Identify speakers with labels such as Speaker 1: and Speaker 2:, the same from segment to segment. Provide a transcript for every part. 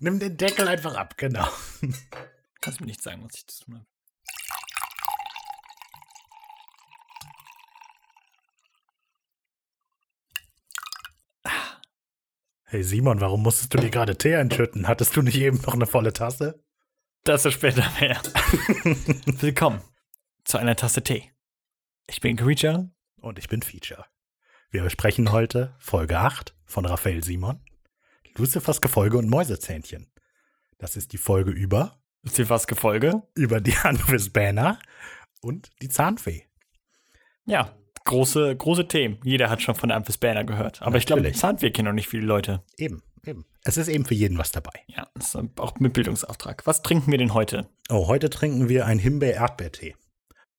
Speaker 1: Nimm den Deckel einfach ab, genau.
Speaker 2: Kannst mir nicht sagen, was ich zu tun habe.
Speaker 1: Hey Simon, warum musstest du dir gerade Tee einschütten? Hattest du nicht eben noch eine volle Tasse?
Speaker 2: Das ist später mehr. Willkommen zu einer Tasse Tee. Ich bin Creature.
Speaker 1: Und ich bin Feature. Wir besprechen heute Folge 8 von Raphael Simon. Lucifers Gefolge und Mäusezähnchen. Das ist die Folge über,
Speaker 2: Ist hier was Gefolge?
Speaker 1: über die Anvis Banner und die Zahnfee.
Speaker 2: Ja, große, große Themen. Jeder hat schon von der Ampis Banner gehört. Aber ich glaube,
Speaker 1: Natürlich.
Speaker 2: Zahnweh kennen noch nicht viele Leute.
Speaker 1: Eben, eben. Es ist eben für jeden was dabei.
Speaker 2: Ja, das ist auch mit Bildungsauftrag. Was trinken wir denn heute?
Speaker 1: Oh, heute trinken wir einen Himbeer-Erdbeertee.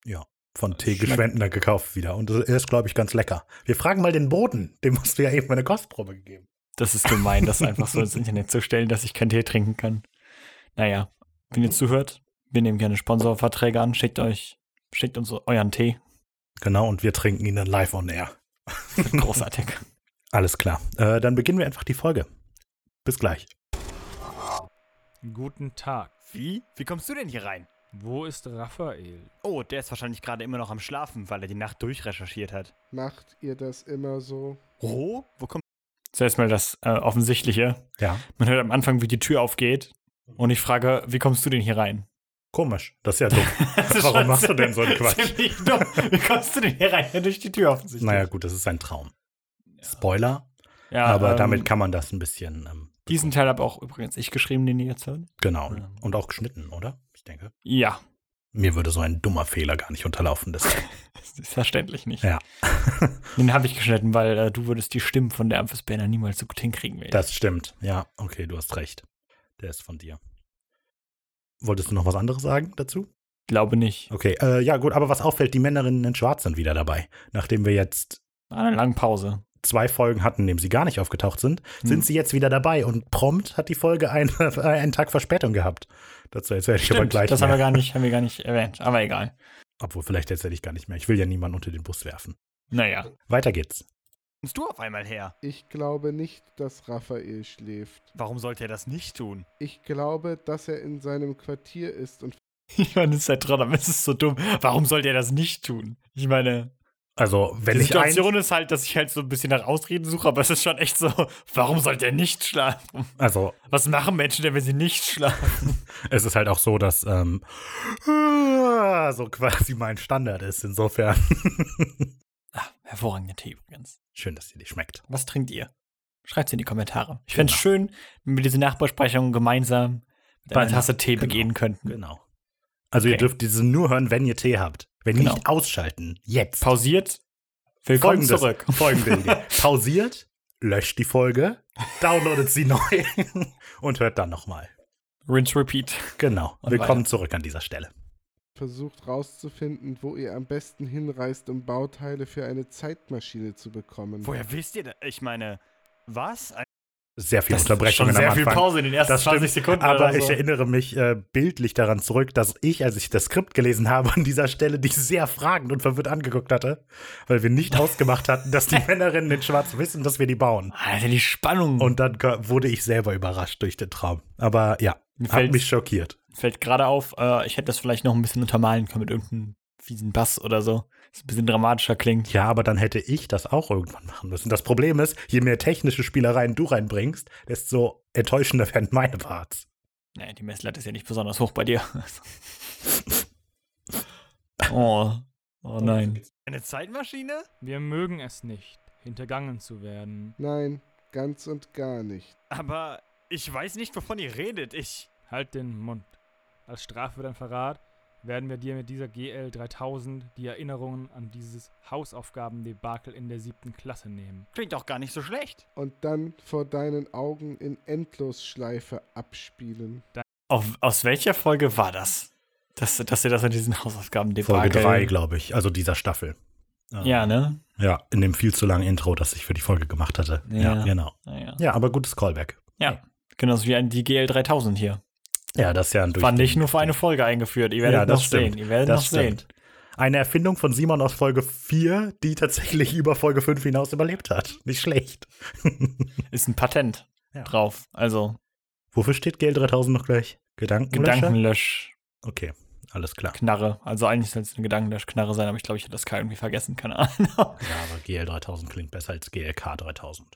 Speaker 1: Ja, von Tee
Speaker 2: schmeckt-
Speaker 1: Geschwendner gekauft wieder. Und er ist, glaube ich, ganz lecker. Wir fragen mal den Boden. Dem hast du ja eben eine Kostprobe gegeben.
Speaker 2: Das ist gemein, das einfach so ins Internet zu stellen, dass ich keinen Tee trinken kann. Naja, wenn ihr zuhört, wir nehmen gerne Sponsorverträge an. Schickt euch, schickt uns euren Tee.
Speaker 1: Genau, und wir trinken ihn dann live on air.
Speaker 2: Wird großartig.
Speaker 1: Alles klar. Äh, dann beginnen wir einfach die Folge. Bis gleich.
Speaker 3: Guten Tag.
Speaker 2: Wie? Wie kommst du denn hier rein?
Speaker 3: Wo ist Raphael?
Speaker 2: Oh, der ist wahrscheinlich gerade immer noch am Schlafen, weil er die Nacht durchrecherchiert hat.
Speaker 4: Macht ihr das immer so?
Speaker 2: Oh, wo kommt. Zuerst mal das äh, Offensichtliche.
Speaker 1: Ja.
Speaker 2: Man hört am Anfang, wie die Tür aufgeht. Und ich frage, wie kommst du denn hier rein?
Speaker 1: Komisch. Das ist ja dumm. Warum machst du denn so einen Quatsch?
Speaker 2: Ziemlich dumm. Wie kommst du denn hier rein? Ja, durch die Tür offensichtlich.
Speaker 1: naja, gut, das ist ein Traum. Spoiler.
Speaker 2: Ja,
Speaker 1: aber
Speaker 2: ähm,
Speaker 1: damit kann man das ein bisschen. Ähm,
Speaker 2: Diesen Teil habe auch übrigens ich geschrieben, den ihr jetzt hört.
Speaker 1: genau.
Speaker 2: Ja.
Speaker 1: Und auch geschnitten, oder? Ich denke.
Speaker 2: Ja,
Speaker 1: Mir würde so ein dummer Fehler gar nicht unterlaufen. deshalb.
Speaker 2: das ist verständlich nicht.
Speaker 1: Ja.
Speaker 2: Den habe ich geschnitten, weil äh, du würdest die Stimmen von der Amphis Banner niemals so gut hinkriegen. Will.
Speaker 1: das stimmt. Ja, okay, du hast recht. Der ist von dir. Wolltest du noch was anderes sagen dazu?
Speaker 2: glaube nicht.
Speaker 1: Okay, äh, ja gut, aber was auffällt, die Männerinnen in Schwarz sind wieder dabei. Nachdem wir jetzt
Speaker 2: Nach einer langen Pause.
Speaker 1: zwei Folgen hatten, in denen sie gar nicht aufgetaucht sind,
Speaker 2: Hm.
Speaker 1: sind sie jetzt wieder dabei und prompt hat die Folge ein, äh, einen Tag Verspätung gehabt. Dazu erzähle ich aber
Speaker 2: Stimmt,
Speaker 1: gleich
Speaker 2: das
Speaker 1: mehr.
Speaker 2: haben wir, gar nicht, haben wir gar nicht erwähnt. Aber egal.
Speaker 1: Obwohl, vielleicht erzähle ich gar nicht mehr. Ich will ja niemanden unter den Bus werfen.
Speaker 2: Naja.
Speaker 1: Weiter geht's.
Speaker 2: Kommst du auf einmal her?
Speaker 4: Ich glaube nicht, dass Raphael schläft.
Speaker 2: Warum sollte er das nicht tun?
Speaker 4: Ich glaube, dass er in seinem Quartier ist und
Speaker 2: Ich meine, es ist ja trotzdem, es ist so dumm. Warum sollte er das nicht tun? Ich meine,
Speaker 1: Also, wenn
Speaker 2: die
Speaker 1: ich ein,
Speaker 2: Situation ist halt, dass ich halt so ein bisschen nach Ausreden suche, aber es ist schon echt so, warum sollte er nicht schlafen?
Speaker 1: also
Speaker 2: Was machen Menschen denn, wenn sie nicht schlafen?
Speaker 1: es ist halt auch so, dass ähm, so quasi mein Standard ist. Insofern
Speaker 2: Ah, hervorragender Tee übrigens.
Speaker 1: schön, dass dir die schmeckt.
Speaker 2: Was trinkt ihr? Schreibt es in die Kommentare. Ich fände es schön, wenn wir diese Nachbesprechung gemeinsam mit einer
Speaker 1: Beinahe.
Speaker 2: Tasse Tee
Speaker 1: Genau.
Speaker 2: begehen könnten.
Speaker 1: Genau. Also ihr
Speaker 2: Okay.
Speaker 1: dürft diese nur hören, wenn ihr Tee habt. Wenn ihr
Speaker 2: Genau.
Speaker 1: nicht ausschalten, jetzt.
Speaker 2: Pausiert. Willkommen
Speaker 1: Folgendes-
Speaker 2: zurück.
Speaker 1: Folgende Idee. Pausiert, löscht die Folge, downloadet sie neu und hört dann nochmal.
Speaker 2: Rinse, repeat.
Speaker 1: Genau.
Speaker 2: Und
Speaker 1: Willkommen
Speaker 2: weiter.
Speaker 1: zurück an dieser Stelle.
Speaker 4: versucht rauszufinden, wo ihr am besten hinreist, um Bauteile für eine Zeitmaschine zu bekommen.
Speaker 5: Woher wisst ihr das? Ich meine, was? Ein-
Speaker 1: Sehr viel
Speaker 2: Das ist
Speaker 1: Unterbrechungen
Speaker 2: schon sehr
Speaker 1: am Anfang.
Speaker 2: viel Pause in den ersten
Speaker 1: Das stimmt,
Speaker 2: 20 Sekunden.
Speaker 1: Aber
Speaker 2: oder so.
Speaker 1: ich erinnere mich äh, bildlich daran zurück, dass ich, als ich das Skript gelesen habe, an dieser Stelle dich sehr fragend und verwirrt angeguckt hatte, weil wir nicht ausgemacht hatten, dass die Männerinnen in Schwarz wissen, dass wir die bauen.
Speaker 2: Alter, Ah, die Spannung.
Speaker 1: Und dann ge- wurde ich selber überrascht durch den Traum. Aber ja,
Speaker 2: Mir
Speaker 1: hat
Speaker 2: fällt's-
Speaker 1: mich schockiert.
Speaker 2: Fällt gerade auf, äh, ich hätte das vielleicht noch ein bisschen untermalen können mit irgendeinem fiesen Bass oder so. Das ein bisschen dramatischer klingt.
Speaker 1: Ja, aber dann hätte ich das auch irgendwann machen müssen. Das Problem ist, je mehr technische Spielereien du reinbringst, desto enttäuschender werden meine Parts.
Speaker 2: Naja, die Messlatte ist ja nicht besonders hoch bei dir. oh. oh nein.
Speaker 5: eine Zeitmaschine?
Speaker 3: Wir mögen es nicht, hintergangen zu werden.
Speaker 4: Nein, ganz und gar nicht.
Speaker 5: Aber ich weiß nicht, wovon ihr redet. Ich.
Speaker 3: Halt den Mund. Als Strafe für deinen Verrat werden wir dir mit dieser GL 3000 die Erinnerungen an dieses Hausaufgabendebakel in der siebten Klasse nehmen.
Speaker 5: Klingt auch gar nicht so schlecht.
Speaker 4: Und dann vor deinen Augen in Endlosschleife abspielen.
Speaker 2: Auf, aus welcher Folge war das? Dass, dass ihr das an diesen Hausaufgaben
Speaker 1: Folge 3, glaube ich, also dieser Staffel.
Speaker 2: Ja, ne?
Speaker 1: Ja, in dem viel zu langen Intro, das ich für die Folge gemacht hatte. Ja,
Speaker 2: Ja.
Speaker 1: genau.
Speaker 2: Naja.
Speaker 1: Ja, aber gutes Callback.
Speaker 2: Ja. Genauso wie an die GL 3000 hier.
Speaker 1: Ja, das ist ja ein
Speaker 2: War
Speaker 1: Durchblick.
Speaker 2: nicht nur für eine Folge eingeführt. Ihr werdet
Speaker 1: Ja, das
Speaker 2: noch
Speaker 1: stimmt.
Speaker 2: sehen. Ihr werdet
Speaker 1: Das
Speaker 2: noch sehen.
Speaker 1: stimmt. Eine Erfindung von Simon aus Folge 4, die tatsächlich über Folge 5 hinaus überlebt hat. Nicht schlecht.
Speaker 2: Ist ein Patent
Speaker 1: Ja.
Speaker 2: drauf. Also,
Speaker 1: Wofür steht GL 3000 noch gleich? Gedankenlöscher?
Speaker 2: Gedankenlöschknarre.
Speaker 1: Okay, alles klar.
Speaker 2: Also eigentlich sollte es eine Gedankenlöschknarre sein, aber ich glaube, ich hätte das Kai irgendwie vergessen. Keine Ahnung.
Speaker 1: Ja, aber GL 3000 klingt besser als GLK 3000.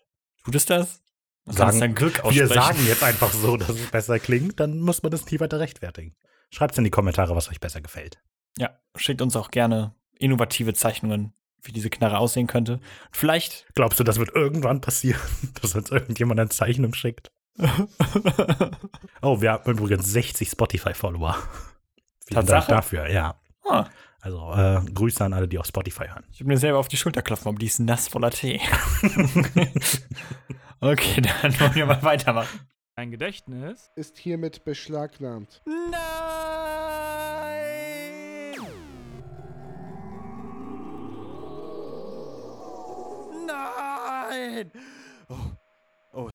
Speaker 2: Tut es das? Man kann
Speaker 1: Sagen-
Speaker 2: es dann Glück
Speaker 1: Wir
Speaker 2: aussprechen.
Speaker 1: sagen jetzt einfach so, dass es besser klingt, dann muss man das nie weiter rechtfertigen. Schreibt's in die Kommentare, was euch besser gefällt.
Speaker 2: Ja, schickt uns auch gerne innovative Zeichnungen, wie diese Knarre aussehen könnte. Vielleicht
Speaker 1: Glaubst du, das wird irgendwann passieren, dass uns irgendjemand eine Zeichnung schickt? Oh, wir haben übrigens 60 Spotify-Follower. Vielen Dank
Speaker 2: Tatsache?
Speaker 1: dafür, ja.
Speaker 2: Ah.
Speaker 1: Also äh, Grüße an alle, die auf Spotify hören.
Speaker 2: Ich habe mir selber auf die Schulter klopfen, aber die ist nass voller Tee. okay, dann wollen wir mal weitermachen.
Speaker 3: Ein Gedächtnis
Speaker 4: Ist hiermit beschlagnahmt.
Speaker 5: Nein! Nein! Oh,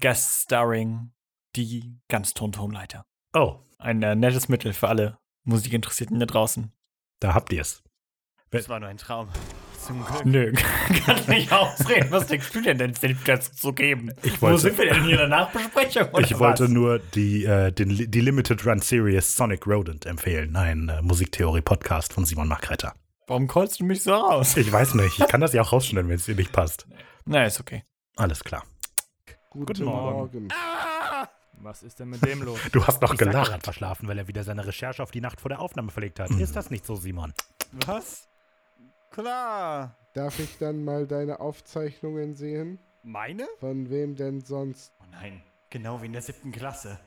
Speaker 2: Guest starring die Ganzton-Tonleiter.
Speaker 1: Oh,
Speaker 2: Ein äh, nettes Mittel für alle Musikinteressierten da draußen.
Speaker 1: da habt ihr es.
Speaker 5: das war nur ein Traum. Zum Glück.
Speaker 2: Nö, kann nicht ausreden. Was denkst du denn denn den Platz zu geben?
Speaker 1: Ich
Speaker 2: Wo
Speaker 1: wollte-
Speaker 2: sind wir denn hier in der Nachbesprechung? oder
Speaker 1: Ich wollte
Speaker 2: was?
Speaker 1: nur die, äh, den, Li- die Limited Run Series Sonic Rodent empfehlen. Ein äh, Musiktheorie-Podcast von Simon Machreiter.
Speaker 2: Warum callst du mich so aus?
Speaker 1: Ich weiß nicht, ich kann das ja auch rausschneiden, wenn es dir nicht passt.
Speaker 2: Na, ist okay.
Speaker 1: Alles klar.
Speaker 4: Guten,
Speaker 3: Morgen.
Speaker 4: Morgen.
Speaker 3: Was ist denn mit dem los?
Speaker 1: Du hast noch gelacht. Hm. hat verschlafen, weil er wieder seine Recherche auf die Nacht vor der Aufnahme verlegt hat. Ist das nicht so, Simon?
Speaker 5: Was? Klar.
Speaker 4: Darf ich dann mal deine Aufzeichnungen sehen?
Speaker 5: Meine?
Speaker 4: Von wem denn sonst?
Speaker 5: Oh nein, genau wie in der siebten Klasse.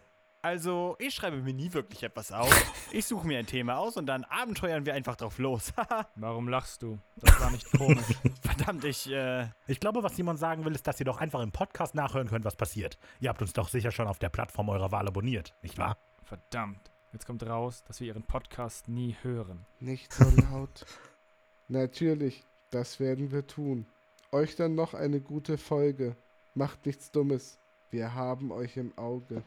Speaker 5: Also, ich schreibe mir nie wirklich etwas auf. Ich suche mir ein Thema aus und dann abenteuern wir einfach drauf los.
Speaker 3: Warum lachst du? Das war nicht komisch.
Speaker 5: Verdammt, ich, äh,
Speaker 1: Ich glaube, was Simon sagen will, ist, dass ihr doch einfach im Podcast nachhören könnt, was passiert. Ihr habt uns doch sicher schon auf der Plattform eurer Wahl abonniert, nicht wahr?
Speaker 3: Verdammt. Jetzt kommt raus, dass wir ihren Podcast nie hören.
Speaker 4: Nicht so laut. Natürlich, das werden wir tun. Euch dann noch eine gute Folge. Macht nichts Dummes. Wir haben euch im Auge.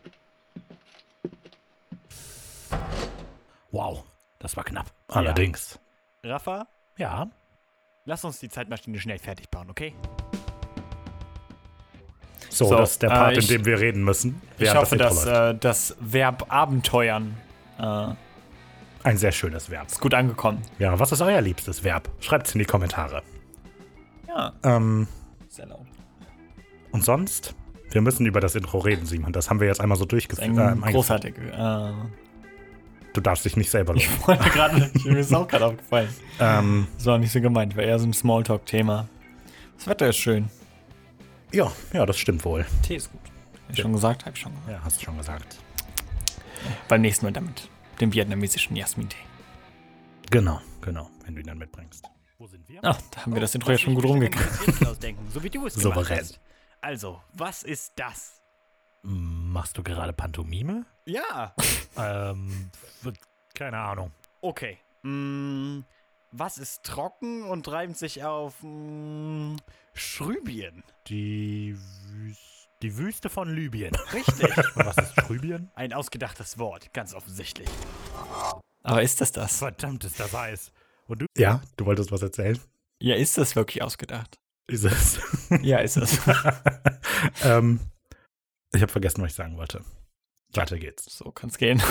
Speaker 1: Wow, das war knapp. Allerdings.
Speaker 5: Rafa,
Speaker 1: Ja,
Speaker 5: lass uns die Zeitmaschine schnell fertig bauen, okay?
Speaker 1: So,
Speaker 2: So,
Speaker 1: das ist der
Speaker 2: äh,
Speaker 1: Part,
Speaker 2: ich-
Speaker 1: in dem wir reden müssen.
Speaker 2: Ich
Speaker 1: während
Speaker 2: hoffe,
Speaker 1: Intro
Speaker 2: dass
Speaker 1: läuft.
Speaker 2: äh, das Verb Abenteuern äh,
Speaker 1: ein sehr schönes Verb.
Speaker 2: ist gut angekommen.
Speaker 1: Ja, was ist euer liebstes Verb? Schreibt's in die Kommentare.
Speaker 2: Ja,
Speaker 1: Ähm,
Speaker 2: sehr laut.
Speaker 1: und sonst? Wir müssen über das Intro reden, Simon. Das haben wir jetzt einmal so
Speaker 2: Ist
Speaker 1: durchgeführt.
Speaker 2: ein
Speaker 1: Ähm, eingeführt.
Speaker 2: großartig. Äh,
Speaker 1: du darfst dich nicht selber loben.
Speaker 2: ich wollte gerade, mir ist auch gerade aufgefallen.
Speaker 1: ähm,
Speaker 2: Das war nicht so gemeint, war eher so ein Smalltalk-Thema. Das Wetter ist schön.
Speaker 1: ja, ja, das stimmt wohl.
Speaker 2: Tee ist gut. Hab ich schon gesagt, hab ich schon gesagt.
Speaker 1: Ja, hast du schon gesagt.
Speaker 2: Beim nächsten Mal damit. Dem vietnamesischen Jasmin-Tee.
Speaker 1: Genau, genau, wenn du ihn dann mitbringst. Wo sind wir?
Speaker 2: Ah, da haben wir das Intro ja schon gut rumgekriegt.
Speaker 5: ausdenken, so wie du es gemacht
Speaker 1: Souverän.
Speaker 5: hast. Also, was ist das?
Speaker 1: Machst du gerade Pantomime?
Speaker 5: Ja,
Speaker 1: Ähm, w- keine Ahnung.
Speaker 5: okay. Mm, was ist trocken und reimt sich auf mm, Schrübien?
Speaker 1: Die, Wüs die Wüste von Libyen.
Speaker 5: Richtig.
Speaker 1: Und was ist Schrübien?
Speaker 5: Ein ausgedachtes Wort, ganz offensichtlich.
Speaker 2: Aber ist das das?
Speaker 1: Verdammt ist das heiß. Und du? Ja, du wolltest was erzählen?
Speaker 2: Ja, ist das wirklich ausgedacht?
Speaker 1: Ist es.
Speaker 2: Ja, ist das.
Speaker 1: ähm, ich habe vergessen, was ich sagen wollte. Weiter geht's.
Speaker 2: So kann's gehen.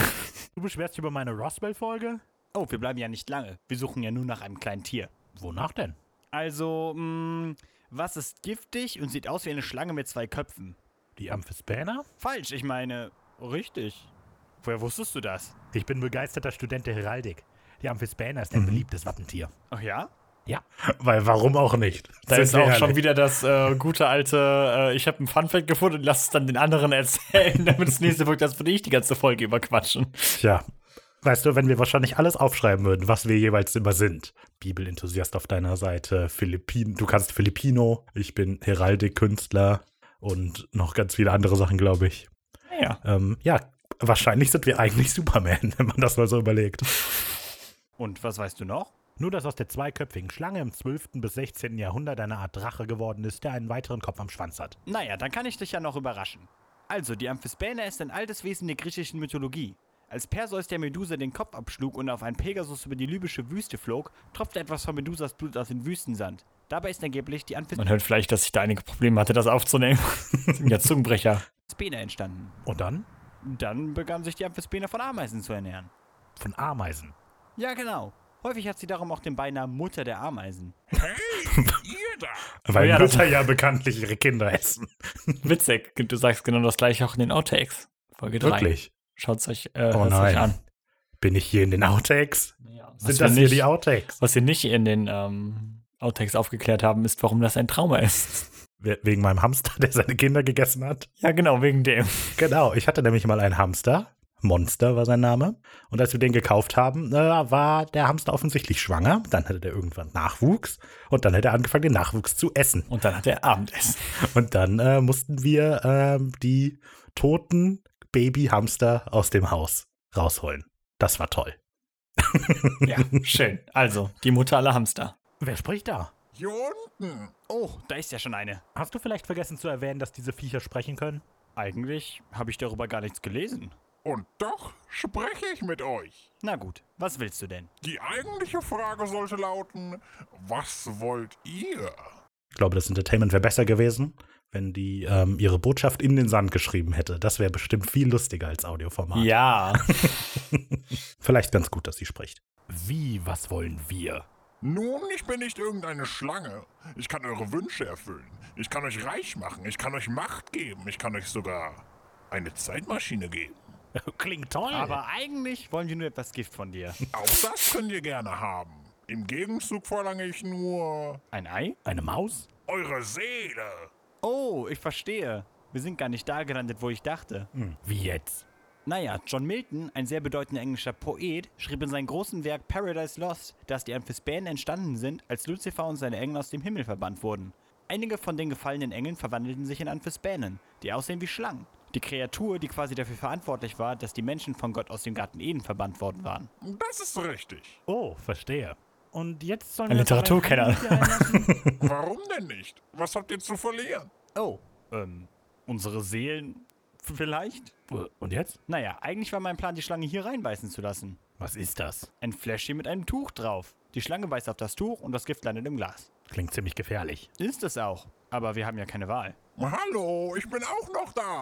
Speaker 1: Du beschwerst dich über meine Roswell-Folge?
Speaker 5: Oh, wir bleiben ja nicht lange. Wir suchen ja nur nach einem kleinen Tier.
Speaker 1: Wonach denn?
Speaker 5: Also, mm, was ist giftig und sieht aus wie eine Schlange mit zwei Köpfen?
Speaker 1: Die Amphispäner?
Speaker 5: Falsch, ich meine, richtig. Woher wusstest du das?
Speaker 1: Ich bin begeisterter Student der Heraldik. Die Amphispäner ist ein beliebtes Wappentier.
Speaker 5: Ach ja?
Speaker 1: Mhm. Ja. Weil warum auch nicht?
Speaker 2: Da ist auch schon
Speaker 1: wieder.
Speaker 2: wieder das äh, gute alte, äh, ich habe ein Funfact gefunden und lass es dann den anderen erzählen, damit das nächste Folge, das würde ich die ganze Folge überquatschen.
Speaker 1: Tja. Weißt du, wenn wir wahrscheinlich alles aufschreiben würden, was wir jeweils immer sind. Bibelenthusiast auf deiner Seite, Philippin, du kannst Filipino, ich bin Heraldikkünstler und noch ganz viele andere Sachen, glaube ich.
Speaker 2: Naja,
Speaker 1: Ähm, ja, wahrscheinlich sind wir eigentlich Superman, wenn man das mal so überlegt.
Speaker 5: Und was weißt du noch?
Speaker 1: Nur, dass aus der zweiköpfigen Schlange im 12. bis 16. Jahrhundert eine Art Drache geworden ist, der einen weiteren Kopf am Schwanz hat.
Speaker 5: Naja, dann kann ich dich ja noch überraschen. Also, die Amphisbäne ist ein altes Wesen der griechischen Mythologie. Als Perseus der Medusa den Kopf abschlug und auf einen Pegasus über die libysche Wüste flog, tropfte etwas von Medusas Blut aus dem Wüstensand. Dabei ist angeblich die
Speaker 2: man hört vielleicht, dass ich da einige Probleme hatte, das aufzunehmen. ja, Zungenbrecher.
Speaker 5: Amphisbäne entstanden.
Speaker 1: Und dann?
Speaker 5: Dann begannen sich die Amphisbene von Ameisen zu ernähren.
Speaker 1: Von Ameisen.
Speaker 5: Ja, genau. Häufig hat sie darum auch den Beinamen Mutter der Ameisen.
Speaker 1: Weil
Speaker 2: Oh ja, das-
Speaker 1: Mütter ja bekanntlich ihre Kinder essen.
Speaker 2: Witzig, du sagst genau das gleiche auch in den Outtakes. Folge 3.
Speaker 1: Wirklich.
Speaker 2: Schaut's euch, äh,
Speaker 1: Oh
Speaker 2: hört's euch
Speaker 1: nein.
Speaker 2: an.
Speaker 1: Bin ich hier in den Outtakes?
Speaker 2: was,
Speaker 1: Sind
Speaker 2: wir
Speaker 1: das hier
Speaker 2: nicht,
Speaker 1: die Outtakes?
Speaker 2: was wir nicht in den ähm, Outtakes aufgeklärt haben, ist, warum das ein Trauma ist.
Speaker 1: We- Wegen meinem Hamster, der seine Kinder gegessen hat?
Speaker 2: Ja, genau, wegen dem.
Speaker 1: Genau, ich hatte nämlich mal einen Hamster. Monster war sein Name. Und als wir den gekauft haben, äh, war der Hamster offensichtlich schwanger. Dann hatte der irgendwann Nachwuchs. Und dann hat er angefangen, den Nachwuchs zu essen.
Speaker 2: Und dann hat er Abendessen.
Speaker 1: Und dann äh, mussten wir ähm, die toten Babyhamster aus dem Haus rausholen. Das war toll.
Speaker 2: Ja, schön. Also, die Mutter aller Hamster.
Speaker 1: Wer spricht da?
Speaker 5: Hier unten. Oh, da ist ja schon eine.
Speaker 1: Hast du vielleicht vergessen zu erwähnen, dass diese Viecher sprechen können?
Speaker 5: Eigentlich habe ich darüber gar nichts gelesen.
Speaker 6: Und doch spreche ich mit euch.
Speaker 5: Na gut, was willst du denn?
Speaker 6: Die eigentliche Frage sollte lauten, was wollt ihr?
Speaker 1: Ich glaube, das Entertainment wäre besser gewesen, wenn die ähm, ihre Botschaft in den Sand geschrieben hätte. Das wäre bestimmt viel lustiger als Audioformat.
Speaker 2: Ja.
Speaker 1: Vielleicht ganz gut, dass sie spricht. Wie, was wollen wir?
Speaker 6: Nun, ich bin nicht irgendeine Schlange. Ich kann eure Wünsche erfüllen. Ich kann euch reich machen. Ich kann euch Macht geben. Ich kann euch sogar eine Zeitmaschine geben.
Speaker 1: Klingt toll.
Speaker 5: Aber eigentlich wollen wir nur etwas Gift von dir.
Speaker 6: Auch das könnt ihr gerne haben. Im Gegenzug verlange ich nur
Speaker 5: Ein Ei?
Speaker 1: eine Maus?
Speaker 6: eure Seele.
Speaker 5: Oh, ich verstehe. Wir sind gar nicht da gelandet, wo ich dachte.
Speaker 1: Wie jetzt?
Speaker 5: Naja, John Milton, ein sehr bedeutender englischer Poet, schrieb in seinem großen Werk Paradise Lost, dass die Amphisbäen entstanden sind, als Lucifer und seine Engel aus dem Himmel verbannt wurden. Einige von den gefallenen Engeln verwandelten sich in Amphisbänen, die aussehen wie Schlangen. Die Kreatur, die quasi dafür verantwortlich war, dass die Menschen von Gott aus dem Garten Eden verbannt worden waren.
Speaker 6: Das ist richtig.
Speaker 1: Oh, verstehe. Und jetzt sollen
Speaker 2: Ein Literaturkenner.
Speaker 6: Warum denn nicht? Was habt ihr zu verlieren?
Speaker 5: Oh, ähm, unsere Seelen f- vielleicht?
Speaker 1: Äh, Und jetzt?
Speaker 5: Naja, eigentlich war mein Plan, die Schlange hier reinbeißen zu lassen.
Speaker 1: Was ist das?
Speaker 5: Ein Fläschchen mit einem Tuch drauf. Die Schlange beißt auf das Tuch und das Gift landet im Glas.
Speaker 1: Klingt ziemlich gefährlich.
Speaker 5: Ist es auch. Aber wir haben ja keine Wahl.
Speaker 6: Hallo, ich bin auch noch da.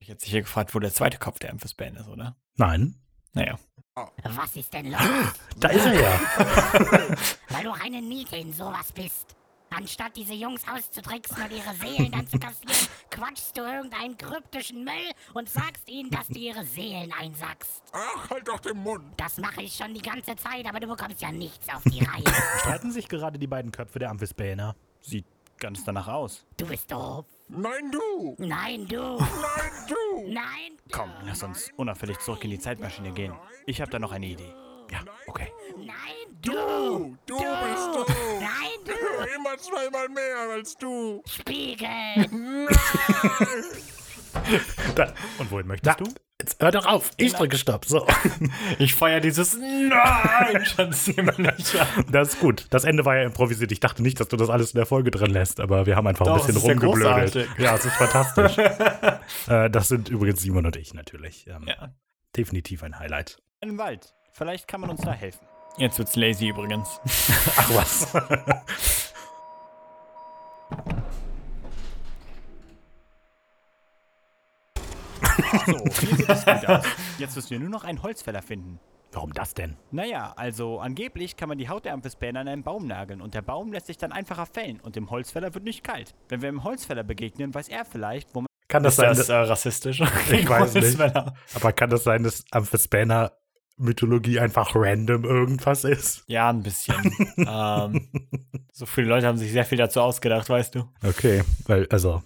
Speaker 2: Ich hätte sicher gefragt, wo der zweite Kopf der Amphisbäen ist, oder?
Speaker 1: Nein.
Speaker 2: Naja.
Speaker 7: Was ist denn los?
Speaker 1: Da ist er ja.
Speaker 7: Weil du eine Niete in sowas bist. Anstatt diese Jungs auszutricksen und ihre Seelen dann zu kassieren, quatschst du irgendeinen kryptischen Müll und sagst ihnen, dass du ihre Seelen einsackst.
Speaker 6: Ach, halt doch den Mund.
Speaker 7: Das mache ich schon die ganze Zeit, aber du bekommst ja nichts auf die Reihe.
Speaker 1: Streiten sich gerade die beiden Köpfe der Amphisbäner.
Speaker 5: Sieht ganz danach aus.
Speaker 7: Du bist doof.
Speaker 6: Nein, du.
Speaker 7: Nein, du.
Speaker 6: Nein, du.
Speaker 7: Nein. du.
Speaker 5: Komm, lass uns unauffällig zurück in die Zeitmaschine gehen. Ich habe da noch eine Idee.
Speaker 1: Ja, okay.
Speaker 7: Nein, du.
Speaker 6: Du, du bist du.
Speaker 7: Nein, du.
Speaker 6: Immer zweimal mehr als du.
Speaker 7: Spiegel.
Speaker 1: Da. Und wohin möchtest du? Jetzt hör doch auf. Ich drücke Stopp. So.
Speaker 2: Ich feiere dieses Nein schon ziemlich an.
Speaker 1: Das ist gut. Das Ende war ja improvisiert. Ich dachte nicht, dass du das alles in der Folge drin lässt, aber wir haben einfach
Speaker 2: Doch,
Speaker 1: ein bisschen
Speaker 2: es ist ja
Speaker 1: rumgeblödelt.
Speaker 2: großartig.
Speaker 1: Ja, es ist fantastisch. äh, das sind übrigens Simon und ich natürlich. Ähm,
Speaker 2: Ja.
Speaker 1: Definitiv ein Highlight.
Speaker 5: Im Wald. Vielleicht kann man uns da helfen.
Speaker 2: Jetzt wird's lazy übrigens.
Speaker 1: Ach was.
Speaker 5: So, hier sieht es gut aus. Jetzt müssen wir nur noch einen Holzfäller finden.
Speaker 1: Warum das denn?
Speaker 5: Naja, also angeblich kann man die Haut der Amphisbären an einen Baum nageln und der Baum lässt sich dann einfacher fällen und dem Holzfäller wird nicht kalt. Wenn wir dem Holzfäller begegnen, weiß er vielleicht, wo man...
Speaker 1: Kann das
Speaker 2: Ist
Speaker 1: sein,
Speaker 2: das äh, rassistisch?
Speaker 1: Ich weiß nicht.
Speaker 2: Holzfäller.
Speaker 1: aber kann das sein, dass Amphisbäner Mythologie einfach random irgendwas ist?
Speaker 2: Ja, ein bisschen. ähm, so viele Leute haben sich sehr viel dazu ausgedacht, weißt du.
Speaker 1: Okay, weil, also,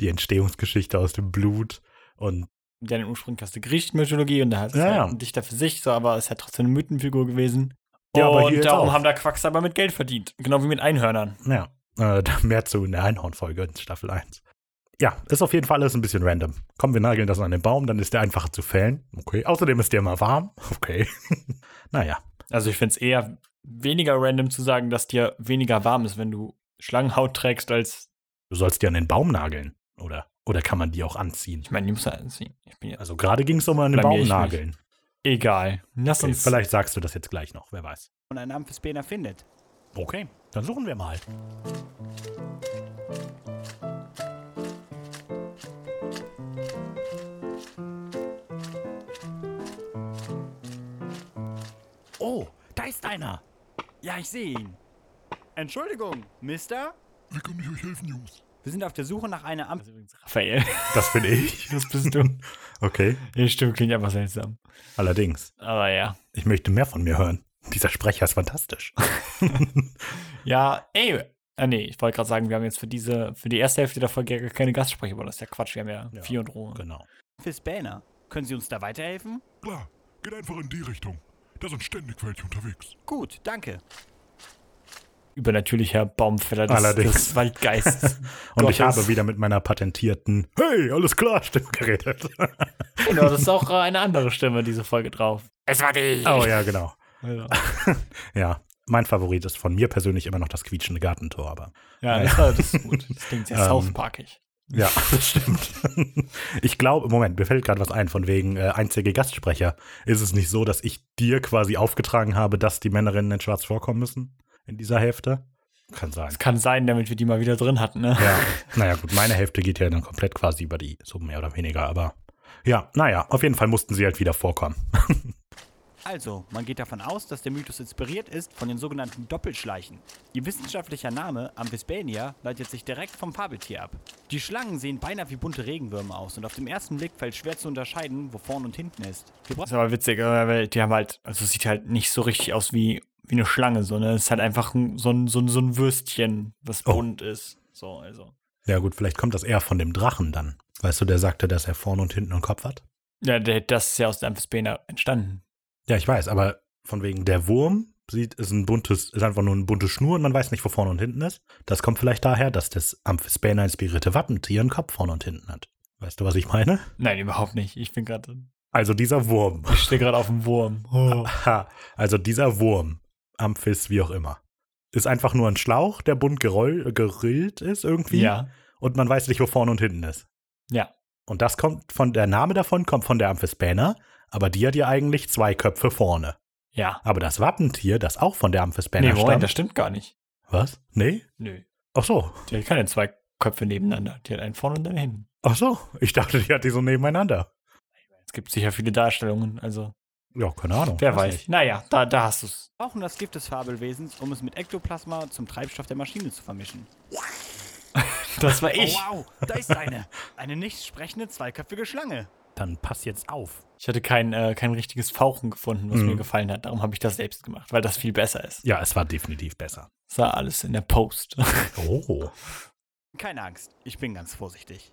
Speaker 1: die Entstehungsgeschichte aus dem Blut und
Speaker 2: Deren Ursprung hast du griechische Mythologie und da hat es
Speaker 1: Ja,
Speaker 2: halt
Speaker 1: ja.
Speaker 2: ein Dichter für sich, so, aber es hat trotzdem eine Mythenfigur gewesen.
Speaker 1: Ja, aber
Speaker 2: und
Speaker 1: hier jetzt
Speaker 2: darum
Speaker 1: auch.
Speaker 2: haben da Quacksalber mit Geld verdient. Genau wie mit Einhörnern.
Speaker 1: Ja, äh, da mehr zu in der Einhornfolge in Staffel 1. Ja, ist auf jeden Fall alles ein bisschen random. Komm, wir nageln das an den Baum, dann ist der einfacher zu fällen. Okay. Außerdem ist der immer warm. Okay. naja.
Speaker 2: Also ich finde es eher weniger random zu sagen, dass dir weniger warm ist, wenn du Schlangenhaut trägst, als
Speaker 1: Du sollst die an den Baum nageln, oder? Oder kann man die auch anziehen?
Speaker 2: ich meine, die muss er anziehen. Ich bin ja
Speaker 1: Also gerade ging es um an den
Speaker 2: Blamier
Speaker 1: Baum
Speaker 2: ich
Speaker 1: nageln.
Speaker 2: egal. Lass
Speaker 1: Okay,
Speaker 2: uns
Speaker 1: vielleicht sagst du das jetzt gleich noch, wer weiß.
Speaker 5: und einen Amphisbäner findet.
Speaker 1: Okay, dann suchen wir mal.
Speaker 5: Oh, da ist einer. Ja, ich sehe ihn. Entschuldigung, Mister?
Speaker 6: Wie können wir euch helfen, Jungs?
Speaker 5: Wir sind auf der Suche nach einer
Speaker 2: Das
Speaker 5: Ampel.
Speaker 2: ist Also übrigens Raphael.
Speaker 1: Das bin ich.
Speaker 2: Das bist du.
Speaker 1: Okay,
Speaker 2: Ja, stimmt, klingt einfach seltsam.
Speaker 1: allerdings.
Speaker 2: Aber ja.
Speaker 1: Ich möchte mehr von mir hören. Dieser Sprecher ist fantastisch.
Speaker 2: Ja, ey. Ah, nee, ich wollte gerade sagen, wir haben jetzt für diese, für die erste Hälfte der Folge ja gar keine Gastsprecher, aber das ist ja Quatsch, wir haben ja,
Speaker 1: Ja.
Speaker 2: vier und Ruhe.
Speaker 1: Genau.
Speaker 5: Fürs Banner. Können Sie uns da weiterhelfen?
Speaker 6: Klar, geht einfach in die Richtung. Da sind ständig welche unterwegs.
Speaker 5: Gut, danke.
Speaker 2: Übernatürlicher Baumfäller des,
Speaker 1: Allerdings.
Speaker 2: des Waldgeistes.
Speaker 1: Und
Speaker 2: Gottes.
Speaker 1: ich habe wieder mit meiner patentierten Hey, alles klar, Stimme geredet.
Speaker 2: genau, das ist auch äh, eine andere Stimme, diese Folge drauf.
Speaker 7: Es war die.
Speaker 1: oh ja, genau.
Speaker 2: Ja,
Speaker 1: Ja, mein Favorit ist von mir persönlich immer noch das quietschende Gartentor, aber
Speaker 2: ja das, war- das ist gut. Das klingt sehr
Speaker 1: Ähm,
Speaker 2: Southparkig.
Speaker 1: ja, das stimmt. Ich glaube, Moment, mir fällt gerade was ein, von wegen äh, einzige Gastsprecher. Ist es nicht so, dass ich dir quasi aufgetragen habe, dass die Männerinnen in Schwarz vorkommen müssen in dieser Hälfte? Kann sein.
Speaker 2: Es kann sein, damit wir die mal wieder drin hatten, ne?
Speaker 1: Ja, naja, gut, meine Hälfte geht ja dann komplett quasi über die, so mehr oder weniger, aber ja, naja, auf jeden Fall mussten sie halt wieder vorkommen.
Speaker 5: Also, man geht davon aus, dass der Mythos inspiriert ist von den sogenannten Doppelschleichen. Ihr wissenschaftlicher Name, Amphisbaenia, leitet sich direkt vom Fabeltier ab. Die Schlangen sehen beinahe wie bunte Regenwürmer aus und auf dem ersten Blick fällt schwer zu unterscheiden, wo vorn und hinten ist. Wir
Speaker 2: Ist
Speaker 5: brauchen
Speaker 2: aber witzig, aber weil die haben halt, also es sieht halt nicht so richtig aus wie, wie eine Schlange, sondern es ist halt einfach ein, so, ein, so, ein, so ein Würstchen, was
Speaker 1: Oh.
Speaker 2: bunt ist. So, also.
Speaker 1: Ja, gut, vielleicht kommt das eher von dem Drachen dann. Weißt du, der sagte, dass er vorne und hinten einen Kopf hat?
Speaker 2: Ja, der, das ist ja aus der Amphisbena entstanden.
Speaker 1: Ja, ich weiß, aber von wegen der Wurm sieht, ist ein buntes, ist einfach nur eine bunte Schnur und man weiß nicht, wo vorne und hinten ist. Das kommt vielleicht daher, dass das Amphisbaena inspirierte Wappentier einen Kopf vorne und hinten hat. Weißt du, was ich meine?
Speaker 2: Nein, überhaupt nicht. Ich bin gerade,
Speaker 1: Also dieser Wurm.
Speaker 2: ich stehe gerade auf dem Wurm. Oh.
Speaker 1: Ha, also dieser Wurm, Amphis, wie auch immer, ist einfach nur ein Schlauch, der bunt geroll, gerillt ist irgendwie.
Speaker 2: Ja,
Speaker 1: Und man weiß nicht, wo vorne und hinten ist.
Speaker 2: Ja.
Speaker 1: Und das kommt von, der Name davon kommt von der Amphisbaena, aber die hat ja eigentlich zwei Köpfe vorne.
Speaker 2: ja.
Speaker 1: Aber das Wappentier, das auch von der Amphisbaena
Speaker 2: Nee,
Speaker 1: nee,
Speaker 2: Moment,
Speaker 1: stammt.
Speaker 2: das stimmt gar nicht.
Speaker 1: Was? Nee?
Speaker 2: Nö.
Speaker 1: Ach so.
Speaker 2: Die hat keine zwei Köpfe nebeneinander. Die hat einen vorne und einen hinten.
Speaker 1: Ach so. Ich dachte, die hat die so nebeneinander.
Speaker 2: Es gibt sicher viele Darstellungen, also
Speaker 1: Ja, keine Ahnung.
Speaker 2: wer weiß.
Speaker 1: nicht.
Speaker 2: Naja, da, da hast du's.
Speaker 5: brauchen das Gift des Fabelwesens, um es mit Ektoplasma zum Treibstoff der Maschine zu vermischen.
Speaker 2: Das war ich.
Speaker 5: Oh, wow, da ist eine. Eine nicht sprechende zweiköpfige Schlange.
Speaker 1: Dann pass jetzt auf.
Speaker 2: Ich hatte kein, äh, kein richtiges Fauchen gefunden, was
Speaker 1: Mhm.
Speaker 2: mir gefallen hat. Darum habe ich das selbst gemacht, weil das viel besser ist.
Speaker 1: Ja, es war definitiv besser.
Speaker 2: Das war alles in der Post.
Speaker 1: Oh.
Speaker 5: Keine Angst, ich bin ganz vorsichtig.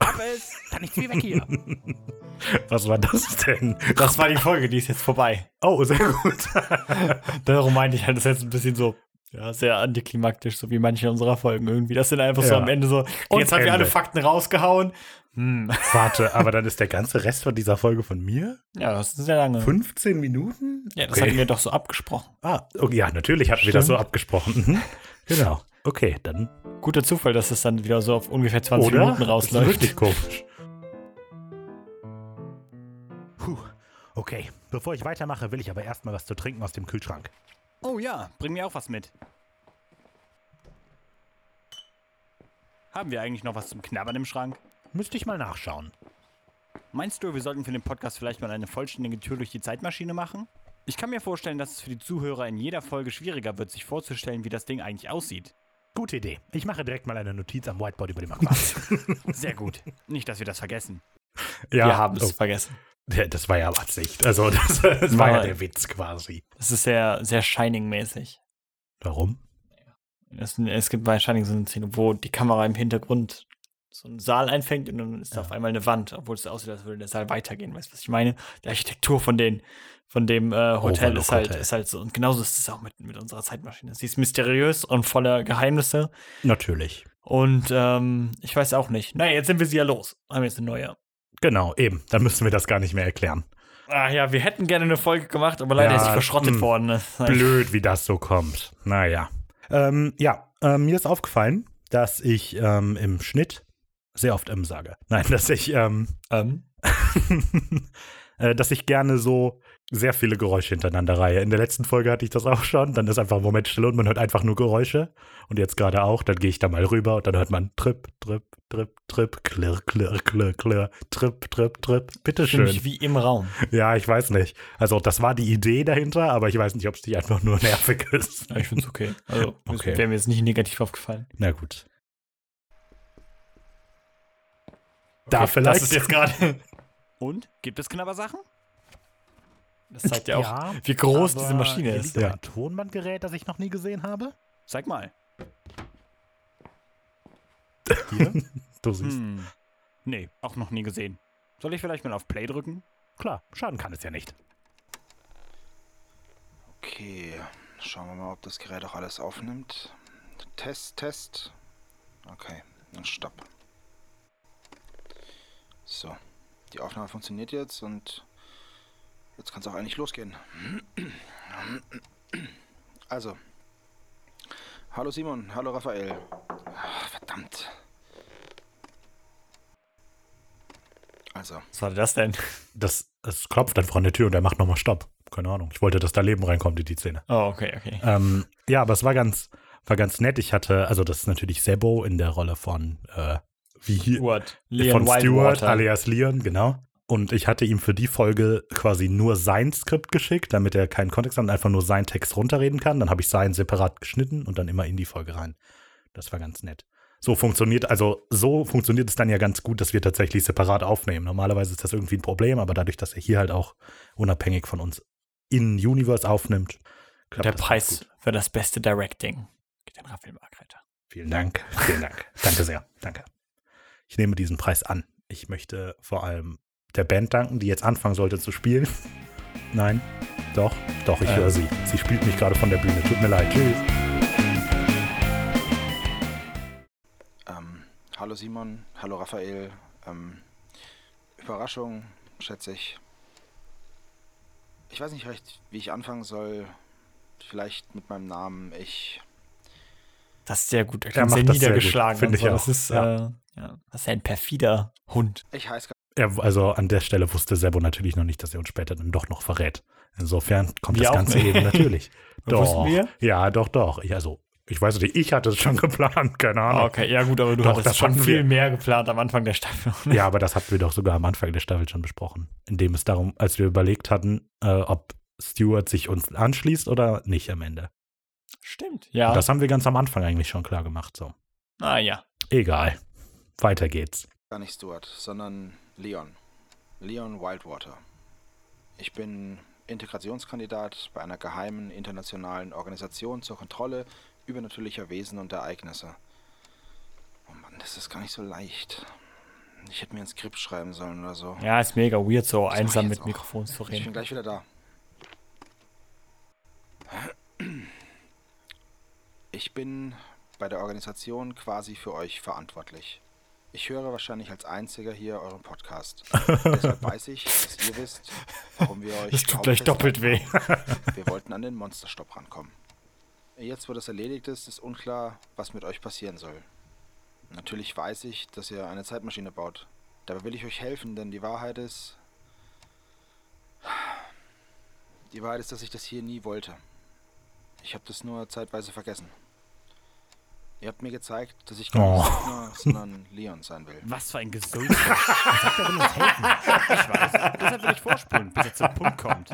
Speaker 5: Hab es! Dann nichts wie weg hier.
Speaker 1: Was war das denn?
Speaker 2: Das war die Folge, die ist jetzt vorbei.
Speaker 1: Oh, sehr gut.
Speaker 2: Darum meinte ich halt, das ist jetzt ein bisschen so ja, sehr antiklimaktisch, so wie manche unserer Folgen irgendwie. Das sind einfach so
Speaker 1: Ja.
Speaker 2: am Ende so,
Speaker 1: Und
Speaker 2: jetzt haben wir
Speaker 1: Ende.
Speaker 2: alle Fakten rausgehauen. Hm.
Speaker 1: Warte, aber dann ist der ganze Rest von dieser Folge von mir?
Speaker 2: Ja, das ist sehr lange.
Speaker 1: 15 Minuten?
Speaker 2: Ja, das
Speaker 1: okay.
Speaker 2: hatten wir doch so abgesprochen.
Speaker 1: Ah, okay, ja, natürlich hatten wir das so
Speaker 2: Stimmt.
Speaker 1: abgesprochen. Mhm. genau. Okay, dann.
Speaker 2: Guter Zufall, dass es dann wieder so auf ungefähr 20
Speaker 1: Oder?
Speaker 2: Minuten
Speaker 1: Das ist
Speaker 2: rausläuft.
Speaker 1: Wirklich komisch. Puh, okay. Bevor ich weitermache, will ich aber erstmal was zu trinken aus dem Kühlschrank.
Speaker 5: Oh ja, bring mir auch was mit. Haben wir eigentlich noch was zum Knabbern im Schrank?
Speaker 1: Müsste ich mal nachschauen.
Speaker 5: Meinst du, wir sollten für den Podcast vielleicht mal eine vollständige Tür durch die Zeitmaschine machen? Ich kann mir vorstellen, dass es für die Zuhörer in jeder Folge schwieriger wird, sich vorzustellen, wie das Ding eigentlich aussieht.
Speaker 1: Gute Idee. Ich mache direkt mal eine Notiz am Whiteboard über dem Aquarium.
Speaker 5: Sehr gut. Nicht, dass wir das vergessen.
Speaker 1: ja, oh,
Speaker 2: Wir haben es vergessen.
Speaker 1: Ja, Das war ja Absicht. Also, das, das war ja
Speaker 2: Nein.
Speaker 1: der Witz quasi.
Speaker 2: Das ist sehr, sehr Shining-mäßig.
Speaker 1: Warum?
Speaker 2: Es, es gibt bei Shining so eine Szene, wo die Kamera im Hintergrund so einen Saal einfängt und dann ist da auf einmal eine Wand, obwohl es aussieht, als würde der Saal weitergehen. Weißt du, was ich meine? Die Architektur von, den, von dem äh, Hotel,
Speaker 1: Overlook
Speaker 2: ist halt,
Speaker 1: Hotel.
Speaker 2: ist halt so. Und genauso ist es auch mit, mit unserer Zeitmaschine. Sie ist mysteriös und voller Geheimnisse.
Speaker 1: Natürlich.
Speaker 2: Und ähm, ich weiß auch nicht. Naja, jetzt sind wir sie ja los. Haben jetzt eine neue.
Speaker 1: Genau, eben. Dann müssen wir das gar nicht mehr erklären.
Speaker 2: Ah ja, wir hätten gerne eine Folge gemacht, aber leider
Speaker 1: Ja,
Speaker 2: ist sie verschrottet
Speaker 1: mh.
Speaker 2: worden. Das ist ein-
Speaker 1: Blöd, wie das so kommt. Naja. Ähm, ja, ähm, mir ist aufgefallen, dass ich ähm, im Schnitt sehr oft ähm sage. Nein, dass ich ähm,
Speaker 2: Ähm,
Speaker 1: äh, dass ich gerne so sehr viele Geräusche hintereinander reihe. In der letzten Folge hatte ich das auch schon. Dann ist einfach ein Moment Stille und man hört einfach nur Geräusche. Und jetzt gerade auch. Dann gehe ich da mal rüber und dann hört man Trip, Trip, Trip, Trip, Klirr, Klirr, Klirr, Klirr, Trip, Trip, Trip. Bitteschön.
Speaker 2: Nämlich wie im Raum.
Speaker 1: Ja, ich weiß nicht. Also das war die Idee dahinter, aber ich weiß nicht, ob es nicht einfach nur nervig ist.
Speaker 2: Ja, ich finde es okay. Also,
Speaker 1: Okay.
Speaker 2: okay. wäre mir jetzt nicht negativ aufgefallen.
Speaker 1: Na gut. Da vielleicht.
Speaker 2: Das ist jetzt gerade.
Speaker 5: Und? Gibt es Knabbersachen?
Speaker 2: Das zeigt ja auch, wie groß diese Maschine
Speaker 1: hier
Speaker 2: ist.
Speaker 1: Liegt ja.
Speaker 2: Ja.
Speaker 1: ein Tonbandgerät, das ich noch nie gesehen habe.
Speaker 5: Zeig mal.
Speaker 1: Du siehst.
Speaker 5: Hm. Nee, auch noch nie gesehen. Soll ich vielleicht mal auf Play drücken?
Speaker 1: Klar, schaden kann es ja nicht.
Speaker 8: Okay, schauen wir mal, ob das Gerät auch alles aufnimmt. Test, Test. Okay, dann stopp. So, die Aufnahme funktioniert jetzt und jetzt kann es auch eigentlich losgehen. Also, hallo Simon, hallo Raphael. Ach, verdammt. Also,
Speaker 2: Was war das denn?
Speaker 1: Das, es klopft einfach an der Tür und er macht nochmal Stopp. Keine Ahnung. Ich wollte, dass da Leben reinkommt in die Szene.
Speaker 2: Oh, okay, okay.
Speaker 1: Ähm, ja, aber es war ganz, war ganz nett. Ich hatte, also das ist natürlich Sebo in der Rolle von, äh, wie hier,
Speaker 2: Stuart.
Speaker 1: von Stewart
Speaker 2: Wildwater.
Speaker 1: alias Leon, genau. Und ich hatte ihm für die Folge quasi nur sein Skript geschickt, damit er keinen Kontext hat und einfach nur seinen Text runterreden kann. Dann habe ich seinen separat geschnitten und dann immer in die Folge rein. Das war ganz nett. So funktioniert, also so funktioniert es dann ja ganz gut, dass wir tatsächlich separat aufnehmen. Normalerweise ist das irgendwie ein Problem, aber dadurch, dass er hier halt auch unabhängig von uns in Universe aufnimmt, klappt
Speaker 2: Der
Speaker 1: das ganz
Speaker 2: Preis
Speaker 1: gut.
Speaker 2: für das beste Directing geht an Raphael Markreiter.
Speaker 1: Vielen Dank, vielen Dank. Danke sehr, danke. Ich nehme diesen Preis an. Ich möchte vor allem der Band danken, die jetzt anfangen sollte zu spielen. Nein, doch, doch, ich
Speaker 2: Äh.
Speaker 1: höre sie. Sie spielt mich gerade von der Bühne. Tut mir leid. Tschüss.
Speaker 8: Ähm, hallo Simon, hallo Raphael. Ähm, Überraschung, schätze ich. Ich weiß nicht recht, wie ich anfangen soll. Vielleicht mit meinem Namen. Ich.
Speaker 2: Das ist sehr gut. Er
Speaker 1: Er
Speaker 2: klingt
Speaker 1: macht das
Speaker 2: sehr
Speaker 1: sehr gut,
Speaker 2: niedergeschlagen.
Speaker 1: finde
Speaker 2: und
Speaker 1: ich
Speaker 2: so.
Speaker 1: auch,
Speaker 2: Das ist,
Speaker 1: ja.
Speaker 2: äh, ja, das ist ein perfider Hund.
Speaker 8: Ich heiße.
Speaker 1: Er, also an der Stelle wusste Sebo natürlich noch nicht, dass er uns später dann doch noch verrät. Insofern kommt
Speaker 2: Wir
Speaker 1: das
Speaker 2: auch
Speaker 1: Ganze
Speaker 2: nicht.
Speaker 1: eben natürlich.
Speaker 2: Wussten
Speaker 1: doch.
Speaker 2: wir?
Speaker 1: Ja, doch, doch. Ich, also, ich weiß nicht, ich hatte es schon geplant, keine Ahnung.
Speaker 2: Ah, Okay, ja gut, aber du
Speaker 1: Doch,
Speaker 2: hattest
Speaker 1: das
Speaker 2: schon
Speaker 1: hatten
Speaker 2: viel
Speaker 1: wir.
Speaker 2: mehr geplant am Anfang der Staffel.
Speaker 1: Ja, aber das hatten wir doch sogar am Anfang der Staffel schon besprochen, indem es darum, als wir überlegt hatten, äh, ob Stewart sich uns anschließt oder nicht am Ende.
Speaker 2: Stimmt. Ja.
Speaker 1: Das haben wir ganz am Anfang eigentlich schon klar gemacht. So,
Speaker 2: ah ja.
Speaker 1: egal, weiter geht's.
Speaker 8: gar nicht Stuart, sondern Leon. Leon Wildwater. Ich bin Integrationskandidat bei einer geheimen internationalen Organisation zur Kontrolle übernatürlicher Wesen und Ereignisse. Oh Mann, das ist gar nicht so leicht. Ich hätte mir ein Skript schreiben sollen oder so.
Speaker 2: Ja, ist mega weird, so
Speaker 8: mach ich
Speaker 2: einsam
Speaker 8: jetzt
Speaker 2: mit
Speaker 8: auch.
Speaker 2: Mikrofons zu
Speaker 8: Ich bin
Speaker 2: reden.
Speaker 8: gleich wieder da. Ich bin bei der Organisation quasi für euch verantwortlich. Ich höre wahrscheinlich als einziger hier euren Podcast. Deshalb weiß ich, dass ihr wisst, warum wir euch.
Speaker 2: Das tut gleich
Speaker 8: hauptsächlich-
Speaker 2: doppelt weh.
Speaker 8: Wir wollten an den Monsterstopp rankommen. Jetzt, wo das erledigt ist, ist unklar, was mit euch passieren soll. Natürlich weiß ich, dass ihr eine Zeitmaschine baut. Dabei will ich euch helfen, denn die Wahrheit ist. Die Wahrheit ist, dass ich das hier nie wollte. Ich habe das nur zeitweise vergessen. Ihr habt mir gezeigt, dass ich gar nicht Sigma, sondern Leon sein will.
Speaker 5: Was für ein Gesundes. ich will uns helfen. Ich weiß. Deshalb will ich vorspulen, bis er zum Punkt kommt.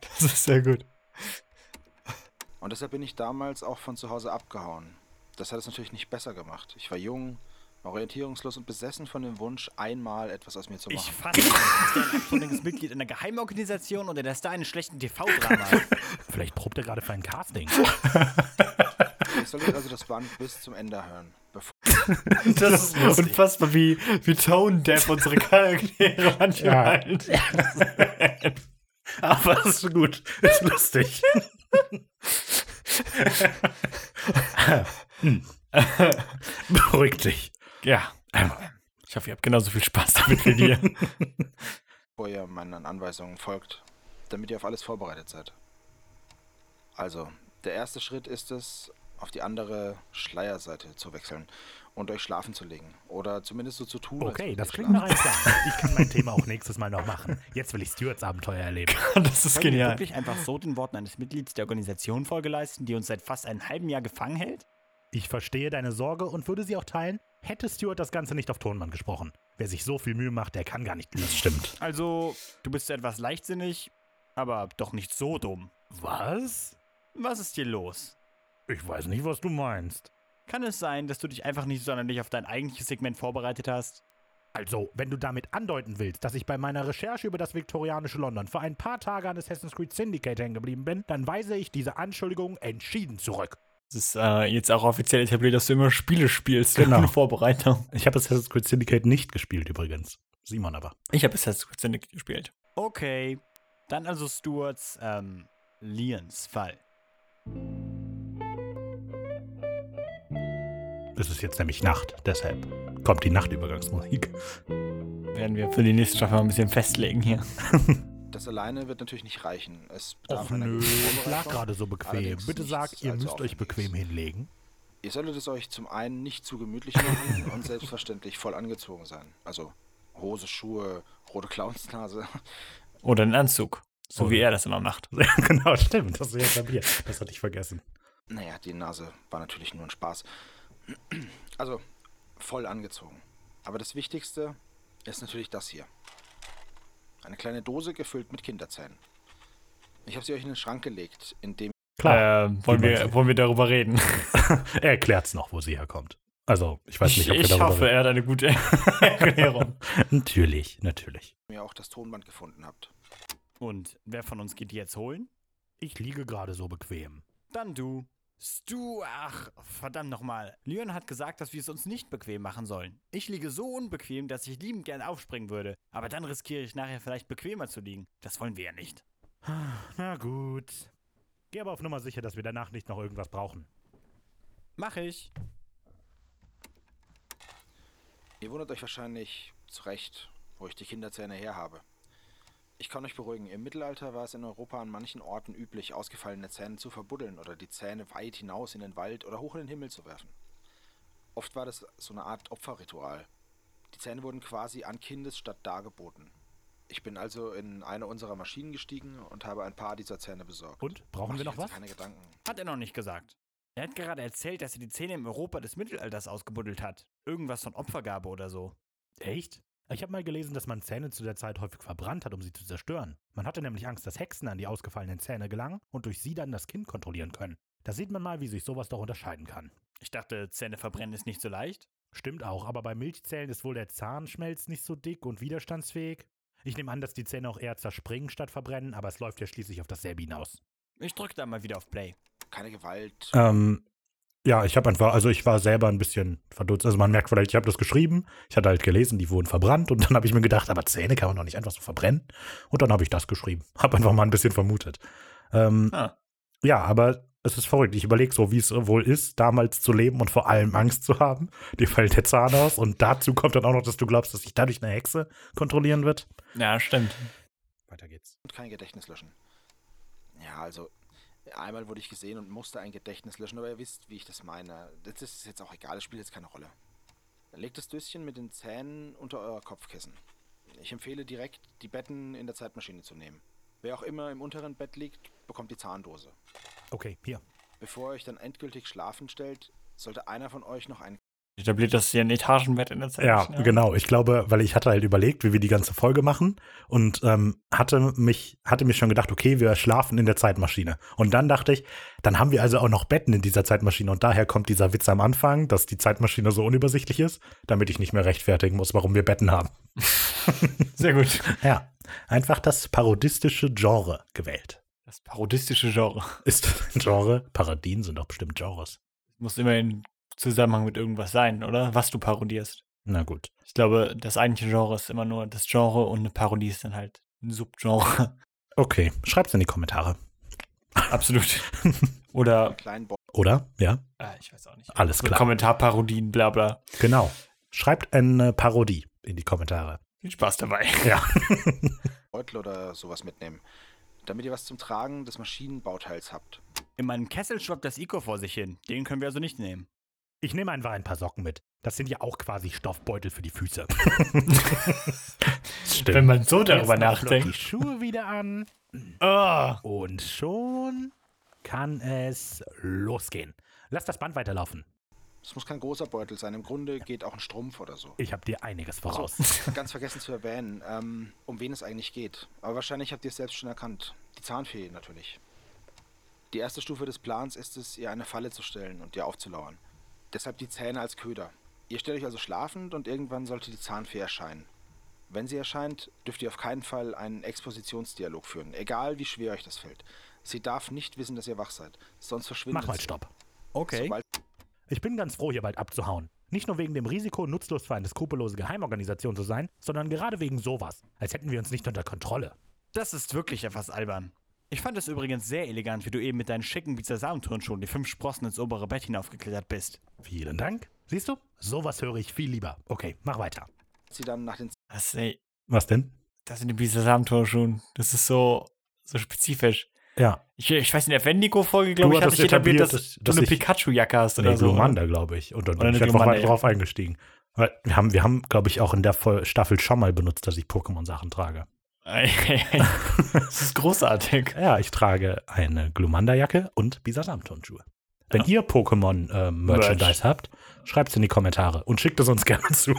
Speaker 2: Das ist sehr gut.
Speaker 8: Und deshalb bin ich damals auch von zu Hause abgehauen. Das hat es natürlich nicht besser gemacht. Ich war jung, orientierungslos und besessen von dem Wunsch, einmal etwas aus mir zu
Speaker 5: Ich
Speaker 8: machen.
Speaker 5: fasse nicht. Du bist ein abtrünniges Mitglied einer Geheimorganisation und der Star eines schlechten TV-Dramas.
Speaker 1: Vielleicht probt er gerade für ein Casting.
Speaker 8: Ihr solltet also das Band bis zum Ende hören. Bevor
Speaker 2: Das ist unfassbar, wie, wie tone deaf unsere Charaktere manchmal sind.
Speaker 1: halt. aber es ist gut, ist lustig. Hm. Beruhig dich.
Speaker 2: Ja. Ähm, Ich hoffe, ihr habt genauso viel Spaß damit wie wir.
Speaker 8: bevor ihr meinen Anweisungen folgt, damit ihr auf alles vorbereitet seid. Also, der erste Schritt ist es, auf die andere Schleierseite zu wechseln und euch schlafen zu legen. Oder zumindest so zu tun. als
Speaker 1: Okay,
Speaker 8: würdet
Speaker 1: das
Speaker 8: ihr
Speaker 1: klingt nach
Speaker 8: schlafen.
Speaker 1: einem Plan. Ich kann mein Thema auch nächstes Mal noch machen. Jetzt will ich Stuarts Abenteuer erleben.
Speaker 2: Das ist
Speaker 5: Können wir
Speaker 2: genial.
Speaker 5: wirklich einfach so den Worten eines Mitglieds der Organisation Folge leisten, die uns seit fast einem halben Jahr gefangen hält?
Speaker 1: Ich verstehe deine Sorge und würde sie auch teilen, hätte Stuart das Ganze nicht auf Tonmann gesprochen. Wer sich so viel Mühe macht, der kann gar nicht. Das stimmt.
Speaker 5: Also, du bist etwas leichtsinnig, aber doch nicht so dumm.
Speaker 1: Was?
Speaker 5: Was ist hier los?
Speaker 1: Ich weiß nicht, was du meinst.
Speaker 5: Kann es sein, dass du dich einfach nicht sonderlich auf dein eigentliches Segment vorbereitet hast?
Speaker 1: Also, wenn du damit andeuten willst, dass ich bei meiner Recherche über das viktorianische London für ein paar Tage an Assassin's Creed Syndicate hängen geblieben bin, dann weise ich diese Anschuldigung entschieden zurück.
Speaker 2: Es ist äh, jetzt auch offiziell etabliert, dass du immer Spiele spielst,
Speaker 1: Genau.
Speaker 2: ohne Vorbereitung.
Speaker 1: Ich habe Assassin's Creed Syndicate nicht gespielt übrigens. Simon aber.
Speaker 2: Ich habe Assassin's Creed Syndicate gespielt.
Speaker 5: Okay, dann also Stuarts, ähm, Lians Fall.
Speaker 1: Es ist jetzt nämlich Nacht, deshalb kommt die Nachtübergangsmusik.
Speaker 2: Werden wir für die nächste Staffel mal ein bisschen festlegen hier.
Speaker 8: Das alleine wird natürlich nicht reichen. Es bedarf
Speaker 1: Och
Speaker 8: einer
Speaker 1: nö,
Speaker 8: guten
Speaker 1: ich lag
Speaker 8: Vorbereitung.
Speaker 1: gerade so bequem.
Speaker 8: Allerdings
Speaker 1: Bitte
Speaker 8: nichts
Speaker 1: sag, ihr
Speaker 8: allzu
Speaker 1: müsst euch
Speaker 8: Aufwendiges.
Speaker 1: bequem hinlegen.
Speaker 8: Ihr solltet es euch zum einen nicht zu gemütlich machen und selbstverständlich voll angezogen sein. Also Hose, Schuhe, rote Clownsnase.
Speaker 2: Oder einen Anzug. So
Speaker 1: Oh.
Speaker 2: wie er das immer macht.
Speaker 1: genau, stimmt, das ist ja etabliert. Das hatte ich vergessen.
Speaker 8: Naja, die Nase war natürlich nur ein Spaß. Also voll angezogen. Aber das Wichtigste ist natürlich das hier. Eine kleine Dose gefüllt mit Kinderzähnen. Ich habe sie euch in den Schrank gelegt, in dem
Speaker 2: Klar. wollen,
Speaker 1: Wie
Speaker 2: wir,
Speaker 1: meinst
Speaker 2: wollen wir darüber reden?
Speaker 1: Er erklärt's noch, wo sie herkommt. Also, ich weiß nicht, ob wir
Speaker 2: ich
Speaker 1: darüber
Speaker 2: hoffe, er hat eine gute Erklärung.
Speaker 1: reden. Natürlich, natürlich.
Speaker 8: ihr auch das Tonband gefunden habt.
Speaker 5: Und wer von uns geht die jetzt holen?
Speaker 1: Ich liege gerade so bequem.
Speaker 5: Dann du. Stu, ach, verdammt nochmal. Leon hat gesagt, dass wir es uns nicht bequem machen sollen. Ich liege so unbequem, dass ich liebend gern aufspringen würde. Aber dann riskiere ich nachher vielleicht bequemer zu liegen. Das wollen wir ja nicht.
Speaker 1: Na gut. Geh aber auf Nummer sicher, dass wir danach nicht noch irgendwas brauchen.
Speaker 5: Mach ich.
Speaker 8: Ihr wundert euch wahrscheinlich zu Recht, wo ich die Kinderzähne her habe. Ich kann euch beruhigen, im Mittelalter war es in Europa an manchen Orten üblich, ausgefallene Zähne zu verbuddeln oder die Zähne weit hinaus in den Wald oder hoch in den Himmel zu werfen. Oft war das so eine Art Opferritual. Die Zähne wurden quasi an Kindesstatt dargeboten. Ich bin also in eine unserer Maschinen gestiegen und habe ein paar dieser Zähne besorgt.
Speaker 1: Und? Brauchen
Speaker 8: Macht
Speaker 1: wir
Speaker 8: euch
Speaker 1: noch
Speaker 8: also
Speaker 1: was?
Speaker 8: Keine Gedanken.
Speaker 5: Hat er noch nicht gesagt. Er hat gerade erzählt, dass er die Zähne im Europa des Mittelalters ausgebuddelt hat. Irgendwas von Opfergabe oder so.
Speaker 1: Echt? Ich habe mal gelesen, dass man Zähne zu der Zeit häufig verbrannt hat, um sie zu zerstören. Man hatte nämlich Angst, dass Hexen an die ausgefallenen Zähne gelangen und durch sie dann das Kind kontrollieren können. Da sieht man mal, wie sich sowas doch unterscheiden kann.
Speaker 5: Ich dachte, Zähne verbrennen ist nicht so leicht.
Speaker 1: Stimmt auch, aber bei Milchzähnen ist wohl der Zahnschmelz nicht so dick und widerstandsfähig. Ich nehme an, dass die Zähne auch eher zerspringen statt verbrennen, aber es läuft ja schließlich auf dasselbe hinaus.
Speaker 5: Ich drück da mal wieder auf Play.
Speaker 8: Keine Gewalt,
Speaker 1: Ähm, ja, ich habe einfach, also ich war selber ein bisschen verdutzt. Also man merkt vielleicht, ich habe das geschrieben. Ich hatte halt gelesen, die wurden verbrannt und dann habe ich mir gedacht, aber Zähne kann man doch nicht einfach so verbrennen. Und dann habe ich das geschrieben. Habe einfach mal ein bisschen vermutet. Ähm,
Speaker 2: Ah.
Speaker 1: Ja, aber es ist verrückt. Ich überlege so, wie es wohl ist, damals zu leben und vor allem Angst zu haben. Dir fällt der Zahn aus und dazu kommt dann auch noch, dass du glaubst, dass sich dadurch eine Hexe kontrollieren wird.
Speaker 2: Ja, stimmt.
Speaker 1: Weiter geht's.
Speaker 8: und kein Gedächtnis löschen. Ja, also einmal wurde ich gesehen und musste ein Gedächtnis löschen, aber ihr wisst, wie ich das meine. Das ist jetzt auch egal, das spielt jetzt keine Rolle. Dann legt das Döschen mit den Zähnen unter euer Kopfkissen. Ich empfehle direkt, die Betten in der Zeitmaschine zu nehmen. Wer auch immer im unteren Bett liegt, bekommt die Zahndose.
Speaker 1: Okay, hier.
Speaker 8: Bevor ihr euch dann endgültig schlafen stellt, sollte einer von euch noch einen
Speaker 2: Etabliert, dass hier ein Etagenbett in der Zeit
Speaker 1: Ja,
Speaker 2: ist,
Speaker 1: genau. Ich glaube, weil ich hatte halt überlegt, wie wir die ganze Folge machen und ähm, hatte mich hatte mich schon gedacht, okay, wir schlafen in der Zeitmaschine. Und dann dachte ich, dann haben wir also auch noch Betten in dieser Zeitmaschine und daher kommt dieser Witz am Anfang, dass die Zeitmaschine so unübersichtlich ist, damit ich nicht mehr rechtfertigen muss, warum wir Betten haben.
Speaker 2: Sehr gut.
Speaker 1: Ja, einfach das parodistische Genre gewählt.
Speaker 2: Das parodistische Genre.
Speaker 1: Ist ein Genre? Parodien sind doch bestimmt Genres.
Speaker 2: Muss immer in Zusammenhang mit irgendwas sein, oder? Was du parodierst.
Speaker 1: Na gut.
Speaker 2: Ich glaube, das eigentliche Genre ist immer nur das Genre und eine Parodie ist dann halt ein Subgenre.
Speaker 1: Okay, schreibt's in die Kommentare.
Speaker 2: Absolut. Oder,
Speaker 8: kleinen Beutel
Speaker 1: Oder? Ja,
Speaker 2: äh, ich weiß auch nicht.
Speaker 1: alles
Speaker 2: So
Speaker 1: klar.
Speaker 2: Kommentarparodien, bla bla.
Speaker 1: Genau. Schreibt eine Parodie in die Kommentare.
Speaker 2: Viel Spaß dabei.
Speaker 1: Ja.
Speaker 8: Beutel oder sowas mitnehmen, damit ihr was zum Tragen des Maschinenbauteils habt.
Speaker 5: In meinem Kessel schwappt das Ico vor sich hin. Den können wir also nicht nehmen.
Speaker 1: Ich nehme einfach ein paar Socken mit. Das sind ja auch quasi Stoffbeutel für die Füße. Stimmt.
Speaker 2: Wenn man so darüber
Speaker 1: Jetzt noch flott Die
Speaker 2: nachdenkt.
Speaker 1: Schuhe wieder an.
Speaker 2: Ah,
Speaker 1: Und schon kann es losgehen. Lass das Band weiterlaufen.
Speaker 8: Es muss kein großer Beutel sein. Im Grunde geht auch ein Strumpf oder so.
Speaker 1: Ich habe dir einiges voraus.
Speaker 8: Ganz vergessen zu erwähnen, ähm, um wen es eigentlich geht. Aber wahrscheinlich habt ihr es selbst schon erkannt. Die Zahnfee natürlich. Die erste Stufe des Plans ist es, ihr eine Falle zu stellen und ihr aufzulauern. Deshalb die Zähne als Köder. Ihr stellt euch also schlafend und irgendwann sollte die Zahnfee erscheinen. Wenn sie erscheint, dürft ihr auf keinen Fall einen Expositionsdialog führen, egal wie schwer euch das fällt. Sie darf nicht wissen, dass ihr wach seid, sonst verschwindet
Speaker 1: Mach mal
Speaker 8: sie.
Speaker 1: Stopp.
Speaker 5: Okay.
Speaker 8: Sobald
Speaker 1: Ich bin ganz froh, hier bald abzuhauen. Nicht nur wegen dem Risiko, nutzlos für eine skrupellose Geheimorganisation zu sein, sondern gerade wegen sowas. Als hätten wir uns nicht unter Kontrolle.
Speaker 5: Das ist wirklich etwas albern. Ich fand es übrigens sehr elegant, wie du eben mit deinen schicken Bizarre-Turnschuhen die fünf Sprossen ins obere Bett hinaufgeklettert bist.
Speaker 1: Vielen Dank. Siehst du? Sowas höre ich viel lieber. Okay, mach weiter.
Speaker 8: sie dann nach den
Speaker 2: das, ey,
Speaker 1: Was denn?
Speaker 2: das sind die Bisasam-Turnschuhe. Das ist so, so spezifisch.
Speaker 1: Ja.
Speaker 2: Ich, ich weiß, in der Wendigo-Folge, glaube ich, hatte
Speaker 1: hattest
Speaker 2: ich etabliert,
Speaker 1: etabliert,
Speaker 2: dass,
Speaker 1: dass-
Speaker 2: du
Speaker 1: dass
Speaker 2: eine
Speaker 1: ich-
Speaker 2: Pikachu-Jacke hast
Speaker 1: Nee,
Speaker 2: oder so.
Speaker 1: Blue Manda, glaube ich. Und dann
Speaker 2: Oder
Speaker 1: bin ich
Speaker 2: eine
Speaker 1: einfach
Speaker 2: Blue
Speaker 1: weiter
Speaker 2: Manda,
Speaker 1: drauf eingestiegen. Weil wir haben, wir haben glaube ich, auch in der Fol- Staffel schon mal benutzt, dass ich Pokémon-Sachen trage.
Speaker 2: das ist großartig.
Speaker 1: Ja, ich trage eine Glumanda-Jacke und Bisasam-Turnschuhe. Wenn ihr Pokémon-Merchandise
Speaker 2: Merch.
Speaker 1: habt, schreibt es in die Kommentare und schickt es uns gerne zu.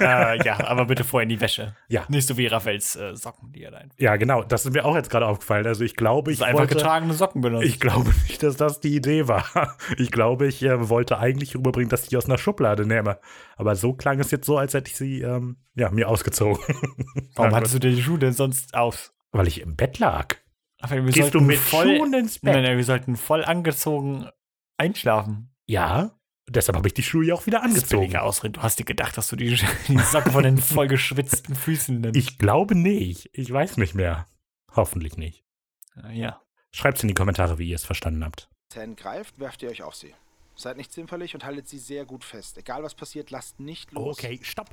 Speaker 2: äh, ja, aber bitte vorher in die Wäsche.
Speaker 1: Ja.
Speaker 2: Nicht so wie Raphaels äh, Socken, die er da einfach.
Speaker 1: ja, genau, das ist mir auch jetzt gerade aufgefallen. Also ich glaube, ich
Speaker 2: Also einfach
Speaker 1: wollte,
Speaker 2: getragene Socken benutzt.
Speaker 1: ich glaube nicht, dass das die Idee war. Ich glaube, ich äh, wollte eigentlich rüberbringen, dass ich die aus einer Schublade nehme. Aber so klang es jetzt so, als hätte ich sie ähm, ja, mir ausgezogen.
Speaker 2: Warum hattest du dir die Schuhe denn sonst auf?
Speaker 1: Weil ich im Bett lag.
Speaker 2: Raphael, wir
Speaker 1: Gehst du
Speaker 2: sollten
Speaker 1: mit
Speaker 2: voll,
Speaker 1: Schuhen ins Bett?
Speaker 2: Nein, nein, wir sollten voll angezogen einschlafen.
Speaker 1: Ja, deshalb habe ich die Schuhe ja auch wieder
Speaker 2: Das ist
Speaker 1: angezogen.
Speaker 2: billige Ausrede. Du hast dir gedacht, dass du die, die Socken von den voll geschwitzten Füßen nimmst.
Speaker 1: Ich glaube nicht. Ich weiß nicht mehr. Hoffentlich nicht.
Speaker 2: ja.
Speaker 1: Schreibt's in die Kommentare, wie ihr es verstanden habt.
Speaker 8: Zähnen greift, werft ihr euch auf sie. Seid nicht zimperlich und haltet sie sehr gut fest. Egal was passiert, lasst nicht los.
Speaker 1: Okay, stopp.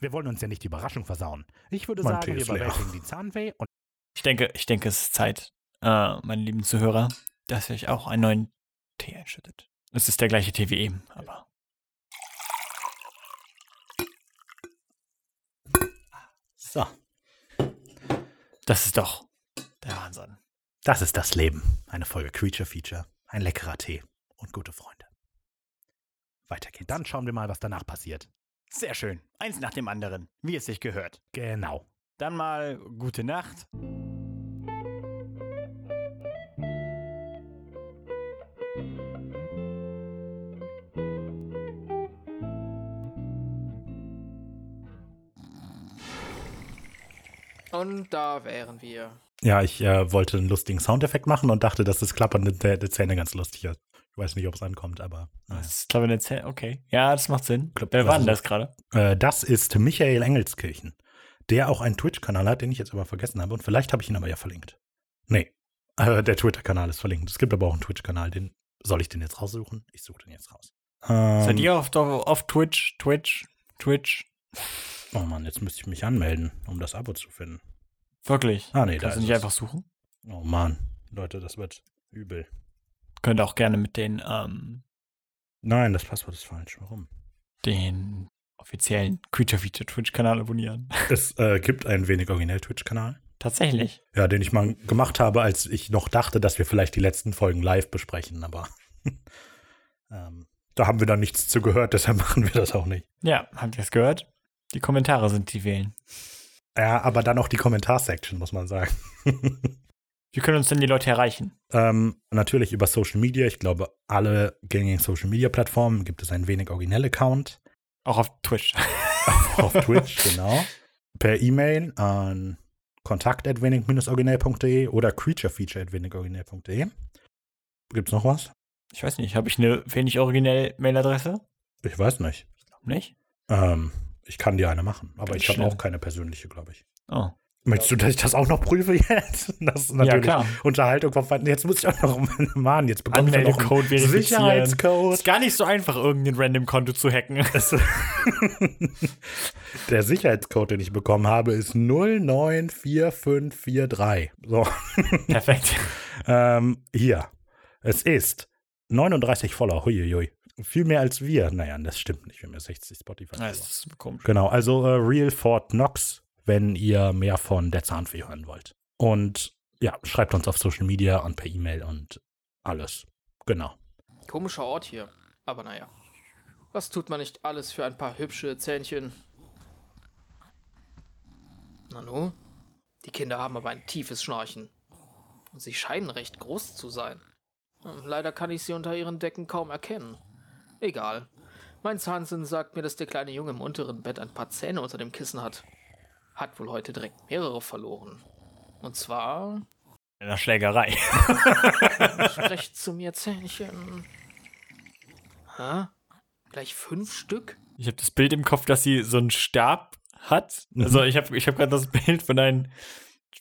Speaker 1: Wir wollen uns ja nicht die Überraschung versauen. Ich würde
Speaker 2: Mein Tee
Speaker 1: sagen, wir
Speaker 2: ist leer.
Speaker 1: überwältigen die Zahnweh und
Speaker 2: Ich denke, ich denke, es ist Zeit, äh, meine lieben Zuhörer, dass ihr euch auch einen neuen Tee einschüttet. Es ist der gleiche Tee wie eben, aber.
Speaker 1: so.
Speaker 2: Das ist doch der Wahnsinn.
Speaker 1: Das ist das Leben. Eine Folge Creature Feature, ein leckerer Tee und gute Freunde. Weiter geht's. Dann schauen wir mal, was danach passiert.
Speaker 5: Sehr schön. Eins nach dem anderen, wie es sich gehört.
Speaker 1: Genau.
Speaker 5: Dann mal gute Nacht.
Speaker 9: Und da wären wir.
Speaker 1: Ja, ich äh, wollte einen lustigen Soundeffekt machen und dachte, dass das Klappern der, der Zähne ganz lustig ist. Ich weiß nicht, ob es ankommt, aber naja.
Speaker 2: Das ist, glaube ich, eine Zäh Okay. Ja, das macht Sinn.
Speaker 1: Glaub,
Speaker 2: Wer war
Speaker 1: was
Speaker 2: denn
Speaker 1: ist-
Speaker 2: das gerade?
Speaker 1: Äh, das ist Michael Engelskirchen, der auch einen Twitch-Kanal hat, den ich jetzt aber vergessen habe. Und vielleicht habe ich ihn aber ja verlinkt. Nee, äh, der Twitter-Kanal ist verlinkt. Es gibt aber auch einen Twitch-Kanal. Den soll ich den jetzt raussuchen? Ich suche den jetzt raus. Ähm,
Speaker 2: Seid ihr auf, auf Twitch, Twitch, Twitch?
Speaker 1: Oh Mann, jetzt müsste ich mich anmelden, um das Abo zu finden.
Speaker 2: Wirklich?
Speaker 1: Ah, nee, da
Speaker 2: Kannst du
Speaker 1: ist
Speaker 2: nicht
Speaker 1: es.
Speaker 2: einfach suchen?
Speaker 1: Oh Mann, Leute, das wird übel.
Speaker 2: Könnt ihr auch gerne mit den, ähm,
Speaker 1: Nein, das Passwort ist falsch. Warum?
Speaker 2: den offiziellen Creature Feature Twitch-Kanal abonnieren.
Speaker 1: Es äh, gibt einen wenig originell Twitch-Kanal.
Speaker 2: Tatsächlich.
Speaker 1: Ja, den ich mal gemacht habe, als ich noch dachte, dass wir vielleicht die letzten Folgen live besprechen, aber ähm, da haben wir dann nichts zu gehört, deshalb machen wir das auch nicht.
Speaker 2: Ja, habt ihr es gehört? Die Kommentare sind die wählen.
Speaker 1: Ja, aber dann auch die Kommentarsection, muss man sagen.
Speaker 2: Wie können uns denn die Leute erreichen?
Speaker 1: ähm, natürlich über Social Media. Ich glaube, alle gängigen Social Media Plattformen gibt es ein wenig originell Account.
Speaker 2: Auch auf Twitch.
Speaker 1: Auf Twitch, genau. Per E-Mail an kontakt.wenig-originell.de oder creaturefeature.wenigoriginell.de. Gibt's noch was?
Speaker 2: Ich weiß nicht, habe ich eine wenig originelle Mailadresse?
Speaker 1: Ich weiß nicht.
Speaker 2: Glaub nicht.
Speaker 1: Ähm, ich kann dir eine machen, aber
Speaker 2: Ganz
Speaker 1: ich habe
Speaker 2: schnell.
Speaker 1: auch keine persönliche, glaube ich.
Speaker 2: Oh.
Speaker 1: Möchtest du, dass ich das auch noch prüfe jetzt? Das ist natürlich
Speaker 2: Ja, klar.
Speaker 1: Unterhaltung vom Feind. Jetzt muss ich auch noch mahnen. Jetzt bekommen wir noch
Speaker 2: Anmeldecode
Speaker 1: einen
Speaker 2: verifizieren.
Speaker 1: Sicherheitscode.
Speaker 2: Ist gar nicht so einfach, irgendein random Konto zu hacken.
Speaker 1: Es- Der Sicherheitscode, den ich bekommen habe, ist 094543. So,
Speaker 2: Perfekt.
Speaker 1: ähm, hier. Es ist 39 voller. Huiuiui. viel mehr als wir. Naja, das stimmt nicht. Wir haben ja 60 Spotify.
Speaker 2: Das ist komisch.
Speaker 1: Genau, also äh, Real Fort Knox, wenn ihr mehr von der Zahnfee hören wollt. Und ja, schreibt uns auf Social Media und per E-Mail und alles. Genau.
Speaker 9: Komischer Ort hier. Aber naja. Was tut man nicht alles für ein paar hübsche Zähnchen? Nanu? Die Kinder haben aber ein tiefes Schnarchen. Und sie scheinen recht groß zu sein. Hm, Leider kann ich sie unter ihren Decken kaum erkennen. Egal. Mein Zahnsinn sagt mir, dass der kleine Junge im unteren Bett ein paar Zähne unter dem Kissen hat. Hat wohl heute direkt mehrere verloren. Und zwar
Speaker 2: In einer Schlägerei.
Speaker 9: Sprech zu mir, Zähnchen. Hä? Gleich fünf Stück?
Speaker 2: Ich habe das Bild im Kopf, dass sie so einen Stab hat.
Speaker 1: Mhm.
Speaker 2: Also ich habe ich hab gerade das Bild von einem,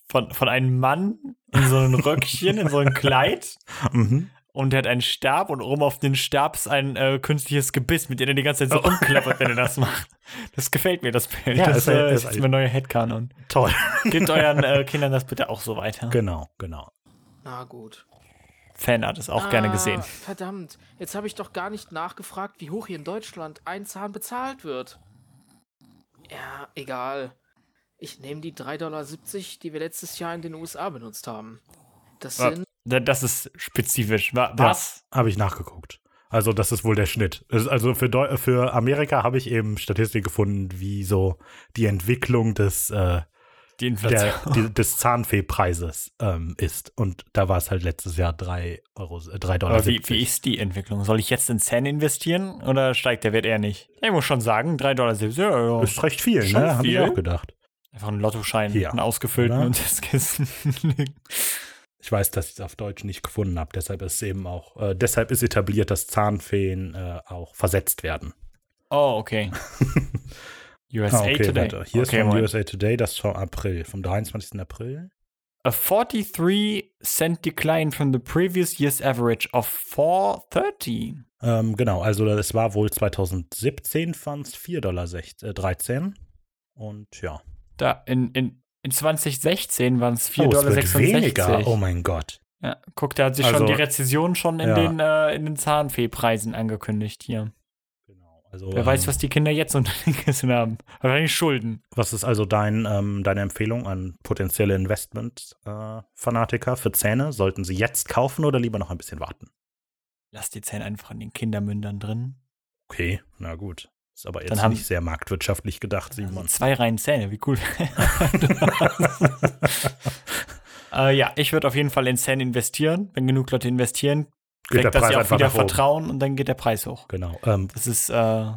Speaker 2: von, von einem Mann in so einem Röckchen, in so einem Kleid.
Speaker 1: Mhm.
Speaker 2: Und der hat einen Stab und oben auf den Stab ist ein äh, künstliches Gebiss, mit dem er die ganze Zeit so umklappert, wenn er das macht. Das gefällt mir, das Bild.
Speaker 1: Oh. Ja,
Speaker 2: das
Speaker 1: ist ja-
Speaker 2: äh,
Speaker 1: ist
Speaker 2: ist jetzt mein neuer Headcanon.
Speaker 1: Toll.
Speaker 2: Gebt euren äh, Kindern das bitte auch so weiter.
Speaker 1: Genau, genau.
Speaker 9: Na gut.
Speaker 2: Fanart ist auch gerne
Speaker 9: Ah,
Speaker 2: gesehen.
Speaker 9: Verdammt, jetzt habe ich doch gar nicht nachgefragt, wie hoch hier in Deutschland ein Zahn bezahlt wird. Ja, egal. Ich nehme die 3,70 Dollar, die wir letztes Jahr in den USA benutzt haben. Das
Speaker 5: Ah.
Speaker 2: Ja.
Speaker 9: sind.
Speaker 2: Da- Das ist spezifisch. Wa- Was?
Speaker 1: Habe ich nachgeguckt. Also das ist wohl der Schnitt. Es ist Also für, Deu für Amerika habe ich eben Statistik gefunden, wie so die Entwicklung des, äh,
Speaker 2: Die
Speaker 1: der,
Speaker 2: Inflation.
Speaker 1: die, des Zahnfee-Preises ähm, ist. Und da war es halt letztes Jahr 3 Euro, äh, 3 Dollar.
Speaker 2: Aber wie, wie ist die Entwicklung? Soll ich jetzt in Zähne investieren oder steigt der Wert eher nicht? Ich muss schon sagen, 3 Dollar sind- ja, ja.
Speaker 1: Oh, ist recht viel,
Speaker 2: Schon
Speaker 1: ne? Hab ich
Speaker 2: viel.
Speaker 1: auch gedacht.
Speaker 2: Einfach einen Lottoschein,
Speaker 1: Ja.
Speaker 2: einen ausgefüllten
Speaker 1: Oder?
Speaker 2: und das Kissen.
Speaker 1: Ich weiß, dass ich es auf Deutsch nicht gefunden habe, deshalb ist eben auch, äh, deshalb ist etabliert, dass Zahnfeen äh, auch versetzt werden.
Speaker 2: oh, okay. USA
Speaker 1: Ah, okay,
Speaker 2: Today.
Speaker 1: warte. Hier
Speaker 2: okay,
Speaker 1: ist von
Speaker 2: Moment.
Speaker 1: USA Today, das ist vom April, vom 23. April.
Speaker 2: A 43 Cent decline from the previous year's average of 4.30.
Speaker 1: Ähm, genau, also es war wohl 2017 waren es 4,13 Dollar. Äh, 13. Und ja.
Speaker 2: Da, in, in, in 2016 waren es 4,66
Speaker 1: oh, es
Speaker 2: Dollar.
Speaker 1: wird weniger. Oh mein Gott.
Speaker 2: Ja, guck, da hat sich
Speaker 1: Also-
Speaker 2: schon die Rezession schon in
Speaker 1: Ja.
Speaker 2: den, äh, in den Zahnfee-Preisen angekündigt hier.
Speaker 1: Genau. Also,
Speaker 2: Wer
Speaker 1: ähm,
Speaker 2: weiß, was die Kinder jetzt unter den Kissen haben. Wahrscheinlich Schulden.
Speaker 1: was ist also dein, ähm, deine Empfehlung an potenzielle Investment-Fanatiker für Zähne? Sollten sie jetzt kaufen oder lieber noch ein bisschen warten?
Speaker 2: Lass die Zähne einfach an den Kindermündern drin.
Speaker 1: Okay, na gut. Ist aber
Speaker 2: Dann
Speaker 1: jetzt
Speaker 2: haben-
Speaker 1: nicht sehr marktwirtschaftlich gedacht,
Speaker 2: Also
Speaker 1: Simon.
Speaker 2: zwei Reihen Zähne, wie cool. äh, ja, ich würde auf jeden Fall in Zähne investieren. Wenn genug Leute investieren,
Speaker 1: Geht der
Speaker 2: weckt das
Speaker 1: Preis
Speaker 2: ja auch
Speaker 1: einfach
Speaker 2: wieder
Speaker 1: nach oben.
Speaker 2: Vertrauen und dann geht der Preis hoch.
Speaker 1: Genau. Ähm,
Speaker 2: Das ist äh,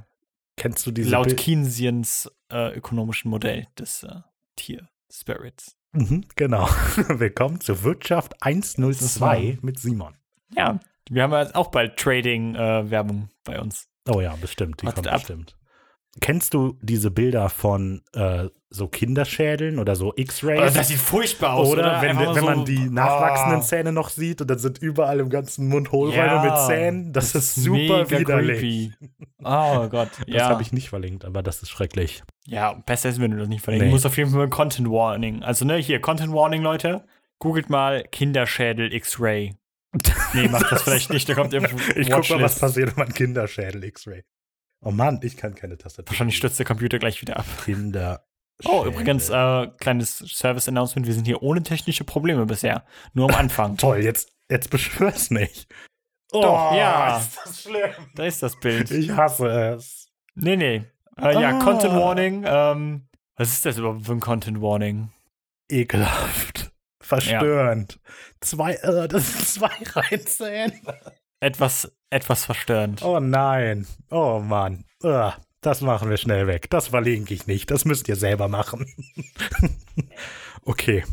Speaker 1: kennst du diese
Speaker 2: laut
Speaker 1: Bil-
Speaker 2: Keynesians äh, ökonomischen Modell des äh, Tier-Spirits.
Speaker 1: Mhm, genau. Willkommen zur Wirtschaft 102 mit Simon.
Speaker 2: Ja, wir haben ja auch bald Trading-Werbung bei uns.
Speaker 1: Oh ja, bestimmt. Die
Speaker 2: Wartet
Speaker 1: kommt
Speaker 2: ab.
Speaker 1: bestimmt. Kennst du diese Bilder von äh, so Kinderschädeln oder so X-Rays?
Speaker 2: sieht furchtbar
Speaker 1: oder wenn,
Speaker 2: Einfach
Speaker 1: wenn
Speaker 2: so- Ah.
Speaker 1: man die nachwachsenden Zähne noch sieht und dann sind überall im ganzen Mund Hohlräume
Speaker 2: Ja,
Speaker 1: mit Zähnen. Das, ist super
Speaker 2: mega
Speaker 1: widerlich.
Speaker 2: creepy. Oh Gott,
Speaker 1: Das
Speaker 2: ja.
Speaker 1: habe ich nicht verlinkt, aber das ist schrecklich.
Speaker 2: Ja, besser ist, wenn du das nicht verlinken.
Speaker 1: Nee.
Speaker 2: Du musst auf jeden Fall ein Content Warning. Also, ne, hier, Content Warning, Leute. Googelt mal Kinderschädel X-Ray. Nee, macht das vielleicht nicht, da kommt irgendwo
Speaker 1: Ich guck mal, was
Speaker 2: Watchlist.
Speaker 1: passiert, wenn man Kinderschädel X-Ray. Oh Mann, ich kann keine Tastatur.
Speaker 2: Wahrscheinlich stürzt der Computer gleich wieder ab.
Speaker 1: Kinder.
Speaker 2: Oh, übrigens, äh, kleines Service-Announcement. Wir sind hier ohne technische Probleme bisher. Nur am Anfang.
Speaker 1: Toll, jetzt, jetzt beschwör's nicht. Oh,
Speaker 2: Doch, ja.
Speaker 1: Ist das schlimm.
Speaker 2: da ist das Bild.
Speaker 1: Ich hasse es.
Speaker 2: Nee, nee. Äh, Ja,
Speaker 1: Ah.
Speaker 2: Content Warning. Ähm, was ist das überhaupt für ein Content Warning?
Speaker 1: Ekelhaft. Verstörend. Zwei, äh, das sind zwei Reinzähne.
Speaker 2: Etwas, etwas verstörend.
Speaker 1: Oh nein. Oh Mann. Ugh. Das machen wir schnell weg. Das verlinke ich nicht. Das müsst ihr selber machen. okay.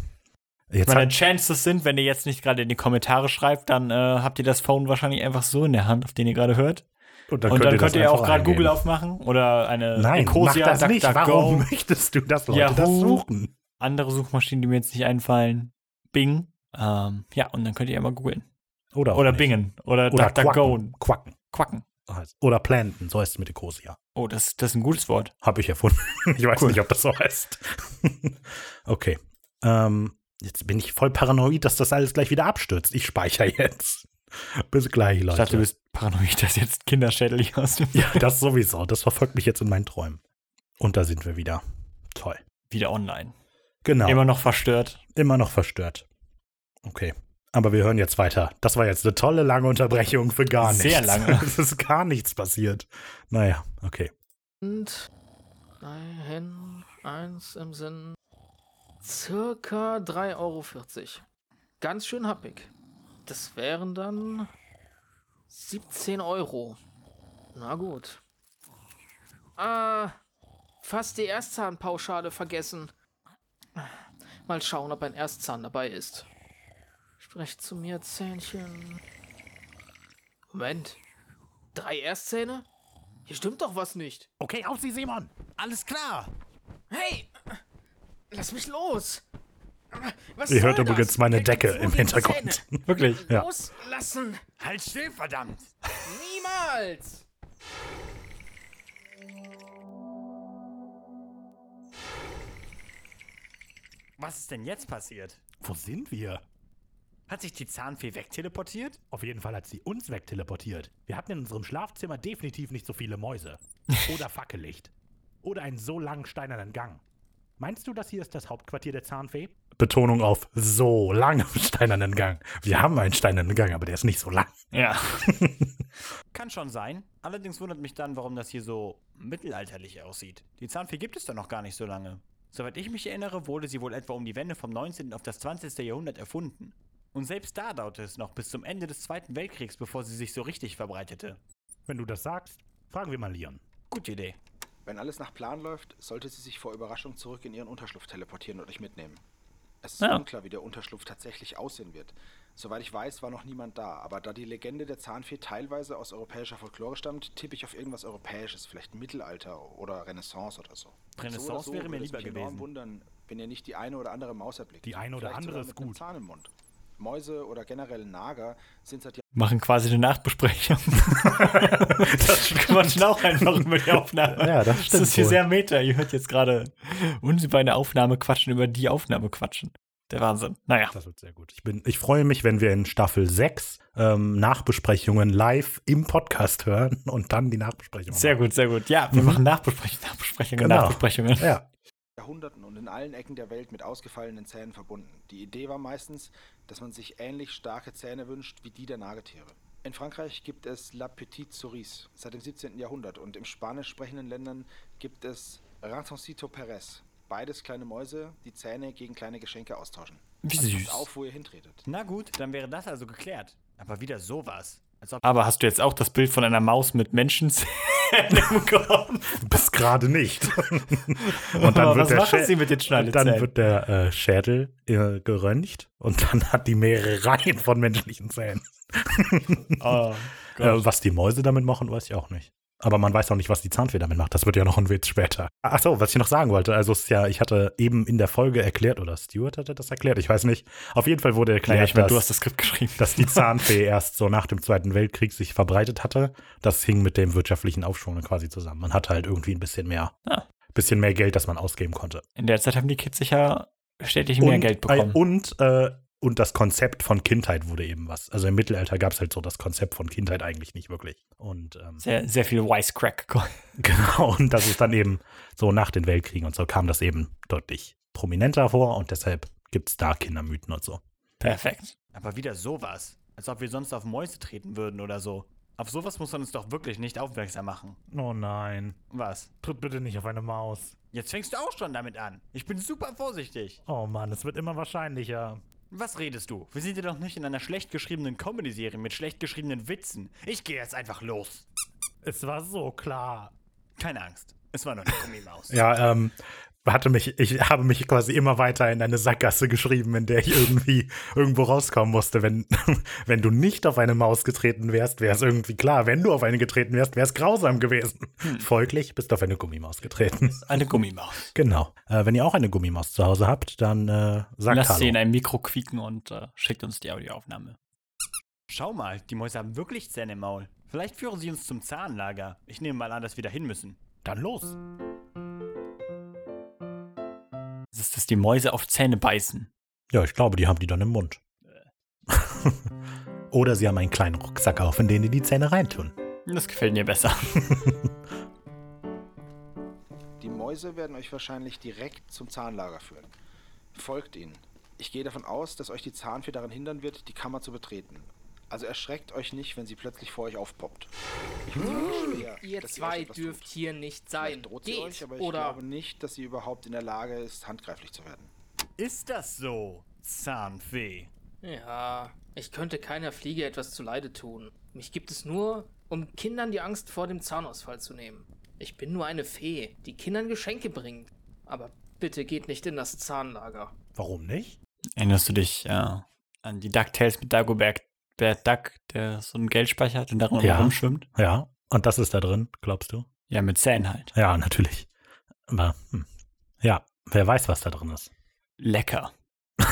Speaker 2: Ich
Speaker 1: Jetzt
Speaker 2: meine,
Speaker 1: hat,
Speaker 2: Chances sind, wenn ihr jetzt nicht gerade in die Kommentare schreibt, dann äh, habt ihr das Phone wahrscheinlich einfach so in der Hand, auf den ihr gerade hört.
Speaker 1: und
Speaker 2: und dann
Speaker 1: das
Speaker 2: könnt ihr auch
Speaker 1: einfach
Speaker 2: gerade
Speaker 1: eingeben.
Speaker 2: Google aufmachen oder eine
Speaker 1: Nein, mach
Speaker 2: Ecosia,
Speaker 1: das nicht. Warum
Speaker 2: DuckDuckGo,
Speaker 1: möchtest du, dass Leute
Speaker 2: Yahoo.
Speaker 1: das suchen?
Speaker 2: andere Suchmaschinen, die mir jetzt nicht einfallen. Bing. Ähm, ja, und dann könnt ihr immer googeln.
Speaker 1: Oder, auch
Speaker 2: Oder
Speaker 1: nicht.
Speaker 2: bingen. Oder,
Speaker 1: Oder
Speaker 2: DuckDuckGo.
Speaker 1: quacken. quacken.
Speaker 2: Quacken.
Speaker 1: heißt- Oder planten. So heißt es mit Ecosia.
Speaker 2: Oh, das, das ist ein gutes Wort.
Speaker 1: Habe ich erfunden. Ich weiß nicht, ob das so heißt. okay. Ähm, jetzt bin ich voll paranoid, dass das alles gleich wieder abstürzt. Ich speichere jetzt. Bis gleich, Leute.
Speaker 2: Ich dachte, du bist paranoid, dass jetzt Kinderschädel hier aus dem
Speaker 1: ja, das sowieso. Das verfolgt mich jetzt in meinen Träumen. Und da sind wir wieder. Toll.
Speaker 2: wieder online.
Speaker 1: Genau.
Speaker 2: Immer noch verstört.
Speaker 1: immer noch verstört. Okay. Aber wir hören jetzt weiter. Das war jetzt eine tolle lange Unterbrechung für gar nichts.
Speaker 2: Sehr lange.
Speaker 1: Es ist gar nichts passiert. Naja, okay.
Speaker 9: Und dahin eins im Sinn. Circa 3,40 Euro. Ganz schön happig. Das wären dann 17 Euro. Na gut. Ah, fast die Erstzahnpauschale vergessen. Mal schauen, ob ein Erstzahn dabei ist. Sprech zu mir, Zähnchen. Moment. Drei Erstzähne? Hier stimmt doch was nicht.
Speaker 5: Okay, auf Sie, Simon. Alles klar.
Speaker 9: Hey! Lass mich los! Was
Speaker 1: Ihr
Speaker 9: soll
Speaker 1: hört
Speaker 9: das?
Speaker 1: übrigens meine
Speaker 9: Mir
Speaker 1: Decke
Speaker 9: geht's
Speaker 1: im
Speaker 9: nur gegen die
Speaker 1: Hintergrund.
Speaker 9: Zähne.
Speaker 2: Wirklich?
Speaker 1: Ja.
Speaker 9: Loslassen!
Speaker 5: Halt still, verdammt.
Speaker 9: Niemals!
Speaker 5: Was ist denn jetzt passiert?
Speaker 1: Wo sind wir?
Speaker 5: Hat sich die Zahnfee wegteleportiert?
Speaker 1: Auf jeden Fall hat sie uns wegteleportiert. Wir hatten in unserem Schlafzimmer definitiv nicht so viele Mäuse. Oder Fackellicht. Oder einen so langen steinernen Gang. Meinst du, das hier ist das Hauptquartier der Zahnfee? Betonung auf so langen steinernen Gang. Wir haben einen steinernen Gang, aber der ist nicht so lang.
Speaker 2: Ja.
Speaker 5: Kann schon sein. Allerdings wundert mich dann, warum das hier so mittelalterlich aussieht. Die Zahnfee gibt es doch noch gar nicht so lange. Soweit ich mich erinnere, wurde sie wohl etwa um die Wende vom 19. auf das 20. Jahrhundert erfunden. Und selbst da dauerte es noch bis zum Ende des Zweiten Weltkriegs, bevor sie sich so richtig verbreitete.
Speaker 1: Wenn du das sagst, fragen wir mal Leon.
Speaker 5: Gute Idee.
Speaker 8: Wenn alles nach Plan läuft, sollte sie sich vor Überraschung zurück in ihren Unterschlupf teleportieren und euch mitnehmen. Es ist
Speaker 2: Ja.
Speaker 8: unklar, wie der Unterschlupf tatsächlich aussehen wird. Soweit ich weiß, war noch niemand da, aber da die Legende der Zahnfee teilweise aus europäischer Folklore stammt, tippe ich auf irgendwas Europäisches, vielleicht Mittelalter oder Renaissance oder so.
Speaker 5: Renaissance
Speaker 8: so oder so
Speaker 5: wäre mir
Speaker 8: würde es
Speaker 5: lieber
Speaker 8: mich enorm
Speaker 5: gewesen.
Speaker 8: wundern, wenn ihr nicht die eine oder andere Maus erblickt.
Speaker 1: Die eine oder
Speaker 8: Vielleicht sogar
Speaker 1: andere ist
Speaker 8: mit einem
Speaker 1: gut.
Speaker 8: Zahn im Mund. Mäuse oder generell Nager sind seit
Speaker 2: Machen quasi eine Nachbesprechung. das quatschen auch einfach über die Aufnahme.
Speaker 1: Ja, das
Speaker 2: Das
Speaker 1: stimmt
Speaker 2: ist hier
Speaker 1: wohl.
Speaker 2: sehr meta. Ihr hört jetzt gerade uns bei einer Aufnahme quatschen, über die Aufnahme quatschen. Der Wahnsinn. Naja.
Speaker 1: Das wird sehr gut. Ich, bin, ich freue mich, wenn wir in Staffel 6 ähm, Nachbesprechungen live im Podcast hören und dann die Nachbesprechung.
Speaker 2: Sehr
Speaker 1: machen.
Speaker 2: gut, sehr gut. Ja, wir machen Nachbesprechungen, Nachbesprechungen,
Speaker 1: Mhm. Genau.
Speaker 2: Nachbesprechungen.
Speaker 1: Ja.
Speaker 8: Jahrhunderten und in allen Ecken der Welt mit ausgefallenen Zähnen verbunden. Die Idee war meistens, dass man sich ähnlich starke Zähne wünscht wie die der Nagetiere. In Frankreich gibt es La Petite Souris seit dem 17. Jahrhundert und im spanisch sprechenden Ländern gibt es Ratoncito Perez. Beides kleine Mäuse, die Zähne gegen kleine Geschenke austauschen.
Speaker 2: Wie
Speaker 8: Also passt
Speaker 2: süß.
Speaker 8: auf, wo ihr hintretet.
Speaker 5: Na gut, dann wäre das also geklärt. Aber wieder sowas. Als ob
Speaker 2: Aber hast du jetzt auch das Bild von einer Maus mit Menschen im Kopf?
Speaker 1: Bis gerade nicht. und dann
Speaker 2: Aber
Speaker 1: wird
Speaker 2: was
Speaker 1: der
Speaker 2: machen
Speaker 1: Schä-
Speaker 2: sie mit den
Speaker 1: und dann
Speaker 2: Schneidezähnen?
Speaker 1: wird der äh, Schädel äh, geröntgt und dann hat die mehrere Reihen von menschlichen Zähnen.
Speaker 2: oh,
Speaker 1: Äh, was die Mäuse damit machen, weiß ich auch nicht. Aber man weiß auch nicht, was die Zahnfee damit macht. Das wird ja noch ein Witz später. Ach so, was ich noch sagen wollte. Also, es ist ja, ich hatte eben in der Folge erklärt, oder Stuart hatte das erklärt, ich weiß nicht. Auf jeden Fall wurde erklärt,
Speaker 2: naja, ich meine,
Speaker 1: dass-
Speaker 2: du hast das Skript geschrieben.
Speaker 1: dass die Zahnfee erst so nach dem Zweiten Weltkrieg sich verbreitet hatte. Das hing mit dem wirtschaftlichen Aufschwung dann quasi zusammen. Man hatte halt irgendwie ein bisschen mehr,
Speaker 2: Ah.
Speaker 1: bisschen mehr Geld, das man ausgeben konnte.
Speaker 2: In der Zeit haben die Kids sicher stetig mehr
Speaker 1: und,
Speaker 2: Geld bekommen.
Speaker 1: Äh, und, äh, und das Konzept von Kindheit wurde eben was. Also im Mittelalter gab es halt so das Konzept von Kindheit eigentlich nicht wirklich. Und ähm,
Speaker 2: sehr, sehr viel Wisecrack.
Speaker 1: genau, und das ist dann eben so nach den Weltkriegen und so kam das eben deutlich prominenter vor und deshalb gibt es da Kindermythen und so.
Speaker 2: Perfekt.
Speaker 5: Aber wieder sowas. Als ob wir sonst auf Mäuse treten würden oder so. Auf sowas muss man uns doch wirklich nicht aufmerksam machen.
Speaker 1: Oh nein.
Speaker 5: Was?
Speaker 1: Tritt bitte nicht auf eine Maus.
Speaker 5: Jetzt fängst du auch schon damit an. Ich bin super vorsichtig.
Speaker 1: Oh Mann, es wird immer wahrscheinlicher.
Speaker 5: Was redest du? Wir sind ja doch nicht in einer schlecht geschriebenen Comedy-Serie mit schlecht geschriebenen Witzen. Ich gehe jetzt einfach los.
Speaker 1: Es war so klar.
Speaker 5: Keine Angst. Es war noch eine Gummimaus.
Speaker 1: Ja, ähm, hatte mich, ich habe mich quasi immer weiter in eine Sackgasse geschrieben, in der ich irgendwie irgendwo rauskommen musste. Wenn, wenn du nicht auf eine Maus getreten wärst, wäre es irgendwie klar. Wenn du auf eine getreten wärst, wäre es grausam gewesen. Folglich bist du auf eine Gummimaus getreten.
Speaker 2: Eine Gummimaus.
Speaker 1: Genau. Äh, wenn ihr auch eine Gummimaus zu Hause habt, dann äh, sagt
Speaker 2: Lasst sie in
Speaker 1: Hallo.
Speaker 2: ein Mikro quieken und äh, schickt uns die Audioaufnahme.
Speaker 5: Schau mal, die Mäuse haben wirklich Zähne im Maul. Vielleicht führen sie uns zum Zahnlager. Ich nehme mal an, dass wir da hin müssen.
Speaker 1: Dann los.
Speaker 2: Es ist, dass die Mäuse auf Zähne beißen.
Speaker 1: Äh. Ja, ich glaube, die haben die dann im Mund. Oder sie haben einen kleinen Rucksack auf, in den die die Zähne reintun.
Speaker 2: Das gefällt mir besser.
Speaker 8: Die Mäuse werden euch wahrscheinlich direkt zum Zahnlager führen. Folgt ihnen. Ich gehe davon aus, dass euch die Zahnfee daran hindern wird, die Kammer zu betreten. Also erschreckt euch nicht, wenn sie plötzlich vor euch aufpoppt. Ich bin schwer,
Speaker 9: Hm, Ihr
Speaker 8: dass sie euch
Speaker 9: zwei
Speaker 8: etwas
Speaker 9: dürft
Speaker 8: tut.
Speaker 9: hier nicht
Speaker 8: Vielleicht
Speaker 9: sein.
Speaker 8: droht sie euch,
Speaker 9: Geht!
Speaker 8: aber ich
Speaker 9: Oder
Speaker 8: glaube nicht, dass sie überhaupt in der Lage ist, handgreiflich zu werden.
Speaker 5: Ist das so, Zahnfee?
Speaker 9: Ja, ich könnte keiner Fliege etwas zuleide tun. Mich gibt es nur, um Kindern die Angst vor dem Zahnausfall zu nehmen. Ich bin nur eine Fee, die Kindern Geschenke bringt. Aber bitte geht nicht in das Zahnlager.
Speaker 1: Warum nicht?
Speaker 2: Erinnerst du dich äh, an die DuckTales mit Dagobert Bert Duck, der so einen Geldspeicher hat und darum
Speaker 1: Ja.
Speaker 2: rumschwimmt?
Speaker 1: Ja, und das ist da drin, glaubst du?
Speaker 2: Ja, mit Zähnen halt.
Speaker 1: Ja, natürlich. Aber, hm. ja, wer weiß, was da drin ist.
Speaker 2: Lecker.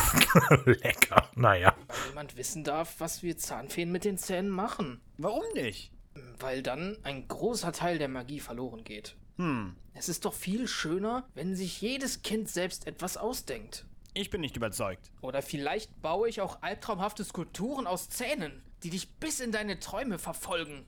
Speaker 1: Lecker, naja.
Speaker 9: Weil niemand wissen darf, was wir Zahnfeen mit den Zähnen machen.
Speaker 5: Warum nicht?
Speaker 9: Weil dann ein großer Teil der Magie verloren geht.
Speaker 5: Hm,
Speaker 9: Es ist doch viel schöner, wenn sich jedes Kind selbst etwas ausdenkt.
Speaker 5: ich bin nicht überzeugt.
Speaker 9: Oder vielleicht baue ich auch albtraumhafte Skulpturen aus Zähnen, die dich bis in deine Träume verfolgen.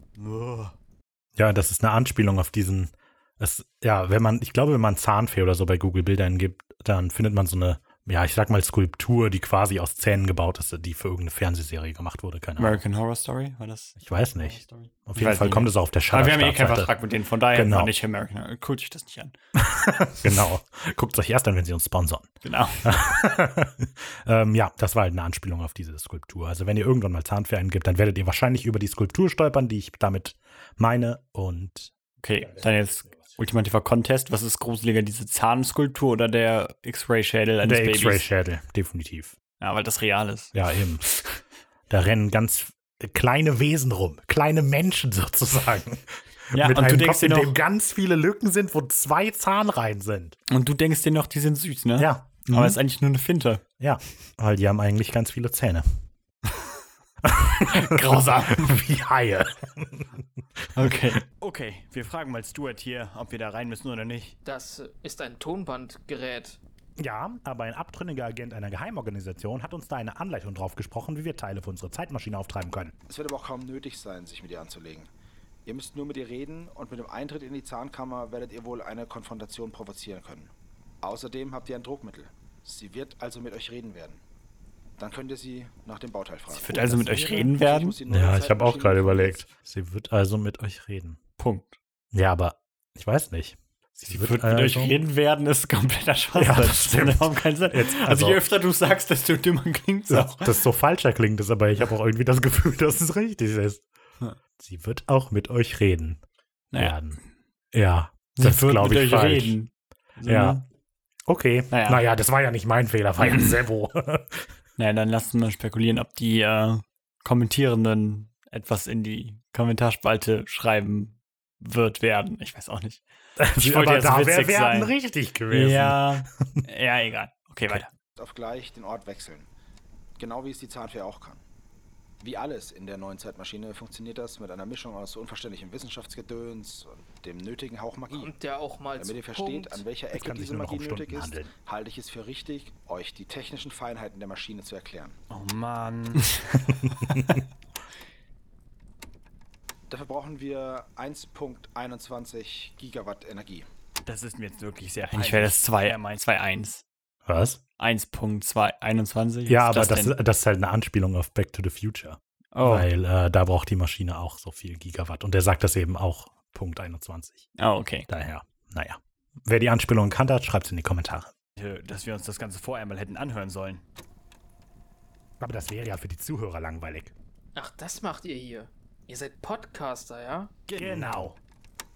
Speaker 1: Ja, das ist eine Anspielung auf diesen. Es, ja, wenn man, ich glaube, wenn man Zahnfee oder so bei Google Bildern gibt, dann findet man so eine, ja, ich sag mal Skulptur, die quasi aus Zähnen gebaut ist, die für irgendeine Fernsehserie gemacht wurde. Keine Ahnung.
Speaker 2: American Horror Story, war das?
Speaker 1: Ich weiß nicht.
Speaker 2: Horror Story?
Speaker 1: Auf
Speaker 2: Ich
Speaker 1: jeden
Speaker 2: weiß
Speaker 1: Fall
Speaker 2: nicht.
Speaker 1: kommt es auf der
Speaker 2: Aber wir haben eh keinen
Speaker 1: Startseite.
Speaker 2: Vertrag mit denen, von daher
Speaker 1: Genau.
Speaker 2: genau. nicht American Horror. Guckt euch das nicht an.
Speaker 1: Genau. Guckt euch erst an, wenn sie uns sponsern.
Speaker 2: Genau.
Speaker 1: ähm, ja, das war halt eine Anspielung auf diese Skulptur. Also wenn ihr irgendwann mal Zahnfee eingibt, dann werdet ihr wahrscheinlich über die Skulptur stolpern, die ich damit meine. Und
Speaker 2: Okay, dann jetzt ultimativer Contest. Was ist gruseliger, diese Zahnskulptur oder der X-Ray-Schädel eines
Speaker 1: der
Speaker 2: Äh, Babys?
Speaker 1: X-Ray-Schädel, definitiv.
Speaker 2: Ja, weil das real ist.
Speaker 1: Ja, eben. Da rennen ganz kleine Wesen rum, kleine Menschen sozusagen.
Speaker 2: Ja,
Speaker 1: Mit
Speaker 2: und
Speaker 1: einem
Speaker 2: du,
Speaker 1: Kopf,
Speaker 2: denkst dir
Speaker 1: in dem
Speaker 2: noch,
Speaker 1: ganz viele Lücken sind, wo zwei Zahnreihen sind.
Speaker 2: und du denkst dir noch, die sind süß, ne?
Speaker 1: Ja.
Speaker 2: Aber
Speaker 1: Mhm.
Speaker 2: es ist eigentlich nur eine Finte.
Speaker 1: Ja, weil die haben eigentlich ganz viele Zähne.
Speaker 2: Grausam.
Speaker 1: Wie Haie.
Speaker 2: Okay.
Speaker 5: Okay, wir fragen mal Stuart hier, ob wir da rein müssen oder nicht.
Speaker 9: Das ist ein Tonbandgerät.
Speaker 1: Ja, aber ein abtrünniger Agent einer Geheimorganisation hat uns da eine Anleitung drauf gesprochen, wie wir Teile für unsere Zeitmaschine auftreiben können.
Speaker 8: Es wird aber auch kaum nötig sein, sich mit ihr anzulegen. Ihr müsst nur mit ihr reden und mit dem Eintritt in die Zahnkammer werdet ihr wohl eine Konfrontation provozieren können. Außerdem habt ihr ein Druckmittel. Sie wird also mit euch reden werden. Dann könnt ihr sie nach dem Bauteil fragen.
Speaker 2: Wird also mit euch reden werden?
Speaker 1: Ja, ich habe auch gerade überlegt. Sie wird also mit euch reden.
Speaker 2: Punkt.
Speaker 1: Ja, aber ich weiß nicht. also
Speaker 2: Sie wird mit euch reden werden, ist kompletter Schwachsinn.
Speaker 1: Ja, das stimmt.
Speaker 2: überhaupt keinen Sinn.
Speaker 1: Jetzt,
Speaker 2: also,
Speaker 1: also-
Speaker 2: je öfter du sagst, desto dümmer klingt's
Speaker 1: Das,
Speaker 2: auch.
Speaker 1: das so falscher klingt es, aber ich habe auch irgendwie das Gefühl, dass es richtig ist.
Speaker 2: Hm.
Speaker 1: Sie wird auch mit euch reden
Speaker 2: Naja.
Speaker 1: werden. Ja, das glaube ich falsch.
Speaker 2: So,
Speaker 1: Ja.
Speaker 2: ne?
Speaker 1: Okay, naja.
Speaker 2: Naja.
Speaker 1: das war ja nicht mein Fehler, war ja Sebo.
Speaker 2: Naja, dann lass uns mal spekulieren, ob die äh, Kommentierenden etwas in die Kommentarspalte schreiben wird werden. Ich weiß auch nicht. Ich wollte
Speaker 1: aber
Speaker 2: jetzt
Speaker 1: da
Speaker 2: witzig
Speaker 1: werden
Speaker 2: sein.
Speaker 1: richtig gewesen.
Speaker 2: Ja, ja, egal. Okay, weiter.
Speaker 8: auf gleich den Ort wechseln. Genau wie es die Zahnfee auch kann. Wie alles in der neuen Zeitmaschine funktioniert das mit einer Mischung aus unverständlichem Wissenschaftsgedöns und dem nötigen Hauch Magie.
Speaker 9: Kommt der auch mal
Speaker 8: Damit
Speaker 9: zu
Speaker 8: ihr versteht,
Speaker 9: Punkt?
Speaker 8: an welcher Ecke
Speaker 1: kann sich
Speaker 8: diese
Speaker 1: nur noch
Speaker 8: Magie
Speaker 1: um
Speaker 8: nötig
Speaker 1: Stunden
Speaker 8: ist,
Speaker 1: handeln.
Speaker 8: halte ich es für richtig, euch die technischen Feinheiten der Maschine zu erklären.
Speaker 5: Oh Mann.
Speaker 8: Dafür brauchen wir 1.21 Gigawatt Energie.
Speaker 5: Das ist mir jetzt wirklich sehr
Speaker 2: Eigentlich wäre das 2
Speaker 5: Ja, mein-
Speaker 2: 2-1.
Speaker 1: Was?
Speaker 2: 1.221.
Speaker 1: Ja,
Speaker 2: Was
Speaker 1: aber
Speaker 2: ist
Speaker 1: das,
Speaker 2: denn?
Speaker 1: das ist halt eine Anspielung auf Back to the Future.
Speaker 2: Oh,
Speaker 1: Weil äh, da braucht die Maschine auch so viel Gigawatt. Und er sagt das eben auch, Punkt 21.
Speaker 5: Ah,
Speaker 2: oh, okay.
Speaker 1: Daher, naja. Wer die Anspielung erkannt hat, schreibt es in die Kommentare.
Speaker 5: hätte, Äh, dass wir uns das Ganze vorher mal hätten anhören sollen.
Speaker 1: Aber das wäre ja für die Zuhörer langweilig.
Speaker 9: Ach, das macht ihr hier. Ihr seid Podcaster, ja?
Speaker 1: Genau.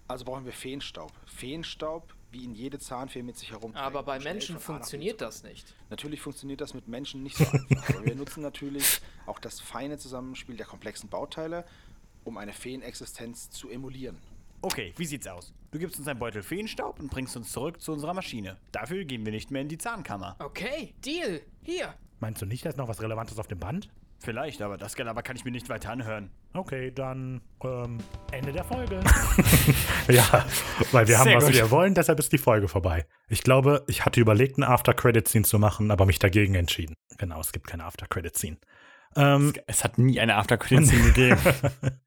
Speaker 8: Also brauchen wir Feenstaub. Feenstaub, wie ihn jede Zahnfee mit sich herumträgt.
Speaker 9: Aber bei
Speaker 8: um schnell
Speaker 9: Menschen
Speaker 8: von A nach B
Speaker 9: funktioniert das nicht.
Speaker 8: Natürlich funktioniert das mit Menschen nicht so einfach, aber wir nutzen natürlich auch das feine Zusammenspiel der komplexen Bauteile, um eine Feenexistenz zu emulieren.
Speaker 5: Okay, wie sieht's aus? Du gibst uns einen Beutel Feenstaub und bringst uns zurück zu unserer Maschine. Dafür gehen wir nicht mehr in die Zahnkammer.
Speaker 9: Okay, Deal. Hier.
Speaker 1: Meinst du nicht, da ist noch was Relevantes auf dem Band?
Speaker 5: Vielleicht, aber das Gelaber kann ich mir nicht weiter anhören.
Speaker 1: Okay, dann ähm, Ende der Folge. ja, weil wir haben,
Speaker 2: Sehr
Speaker 1: was
Speaker 2: gut.
Speaker 1: wir wollen, deshalb ist die Folge vorbei. Ich glaube, ich hatte überlegt, eine After-Credit-Scene zu machen, aber mich dagegen entschieden. Genau, es gibt keine After-Credit-Scene. Ähm,
Speaker 2: Es, es hat nie eine Aftercredit-Szene gegeben.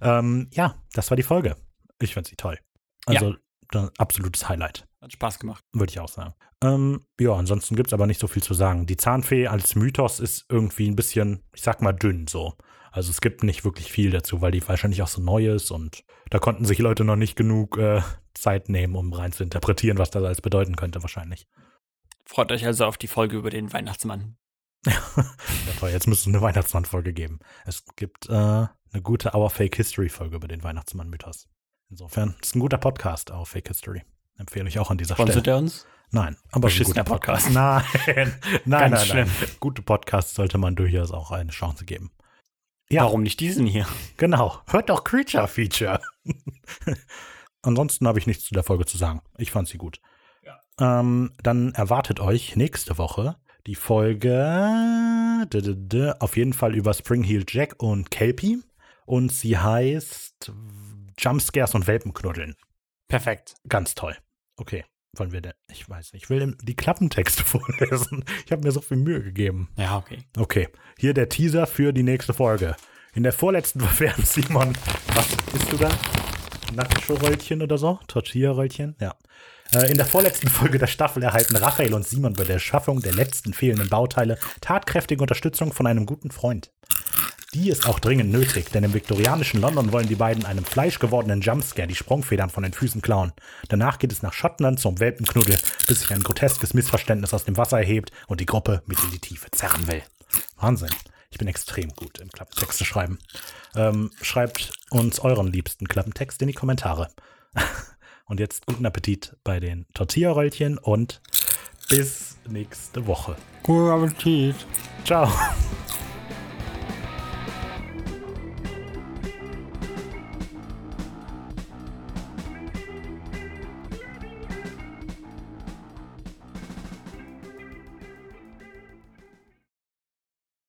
Speaker 1: ähm, ja, das war die Folge. Ich finde sie toll. Also da- absolutes Highlight,
Speaker 2: Hat Spaß gemacht.
Speaker 1: würde ich auch sagen. Ähm, ja, ansonsten gibt es aber nicht so viel zu sagen. Die Zahnfee als Mythos ist irgendwie ein bisschen, ich sag mal, dünn so. Also es gibt nicht wirklich viel dazu, weil die wahrscheinlich auch so neu ist und da konnten sich Leute noch nicht genug äh, Zeit nehmen, um rein zu interpretieren, was das alles bedeuten könnte wahrscheinlich.
Speaker 2: Freut euch also auf die Folge über den Weihnachtsmann.
Speaker 1: Ja, toll, jetzt müsste es eine Weihnachtsmann-Folge geben. Es gibt äh, eine gute Our Fake History-Folge über den Weihnachtsmann-Mythos. Insofern ist ein guter Podcast, Our Fake History. Empfehle ich auch an dieser
Speaker 2: Sponsert
Speaker 1: Stelle.
Speaker 2: er uns?
Speaker 1: Nein, aber es ist ein guter
Speaker 2: Beschissener
Speaker 1: Podcast.
Speaker 2: Podcast.
Speaker 1: Nein, nein,
Speaker 2: Ganz
Speaker 1: nein, nein. Gute Podcasts sollte man durchaus auch eine Chance geben. Ja.
Speaker 2: Warum nicht diesen hier?
Speaker 1: Genau, hört doch Creature Feature. Ansonsten habe ich nichts zu der Folge zu sagen. Ich fand sie gut. Ähm, dann erwartet euch nächste Woche die Folge d -d -d, auf jeden Fall über Springheel Jack und Kelpie. Und sie heißt Jumpscares und Welpenknuddeln.
Speaker 2: Perfekt.
Speaker 1: Ganz toll. Okay, wollen wir denn? Ich weiß nicht. Ich will die Klappentexte vorlesen. Ich habe mir so viel Mühe gegeben.
Speaker 2: Ja, okay.
Speaker 1: Okay, hier der Teaser für die nächste Folge. In der vorletzten werden Simon, was isst du da? Nacho-Röllchen oder so? Tortilla-Röllchen? Ja. Äh, in der vorletzten Folge der Staffel erhalten Raphael und Simon bei der Schaffung der letzten fehlenden Bauteile tatkräftige Unterstützung von einem guten Freund. Die ist auch dringend nötig, denn im viktorianischen London wollen die beiden einem fleischgewordenen Jumpscare die Sprungfedern von den Füßen klauen. Danach geht es nach Schottland zum Welpenknuddel, bis sich ein groteskes Missverständnis aus dem Wasser erhebt und die Gruppe mit in die Tiefe zerren will. Wahnsinn. Ich bin extrem gut im Klappentexte schreiben. Ähm, schreibt uns euren liebsten Klappentext in die Kommentare. und jetzt guten Appetit bei den Tortilla-Röllchen und bis nächste Woche.
Speaker 2: Guten Appetit.
Speaker 1: Ciao.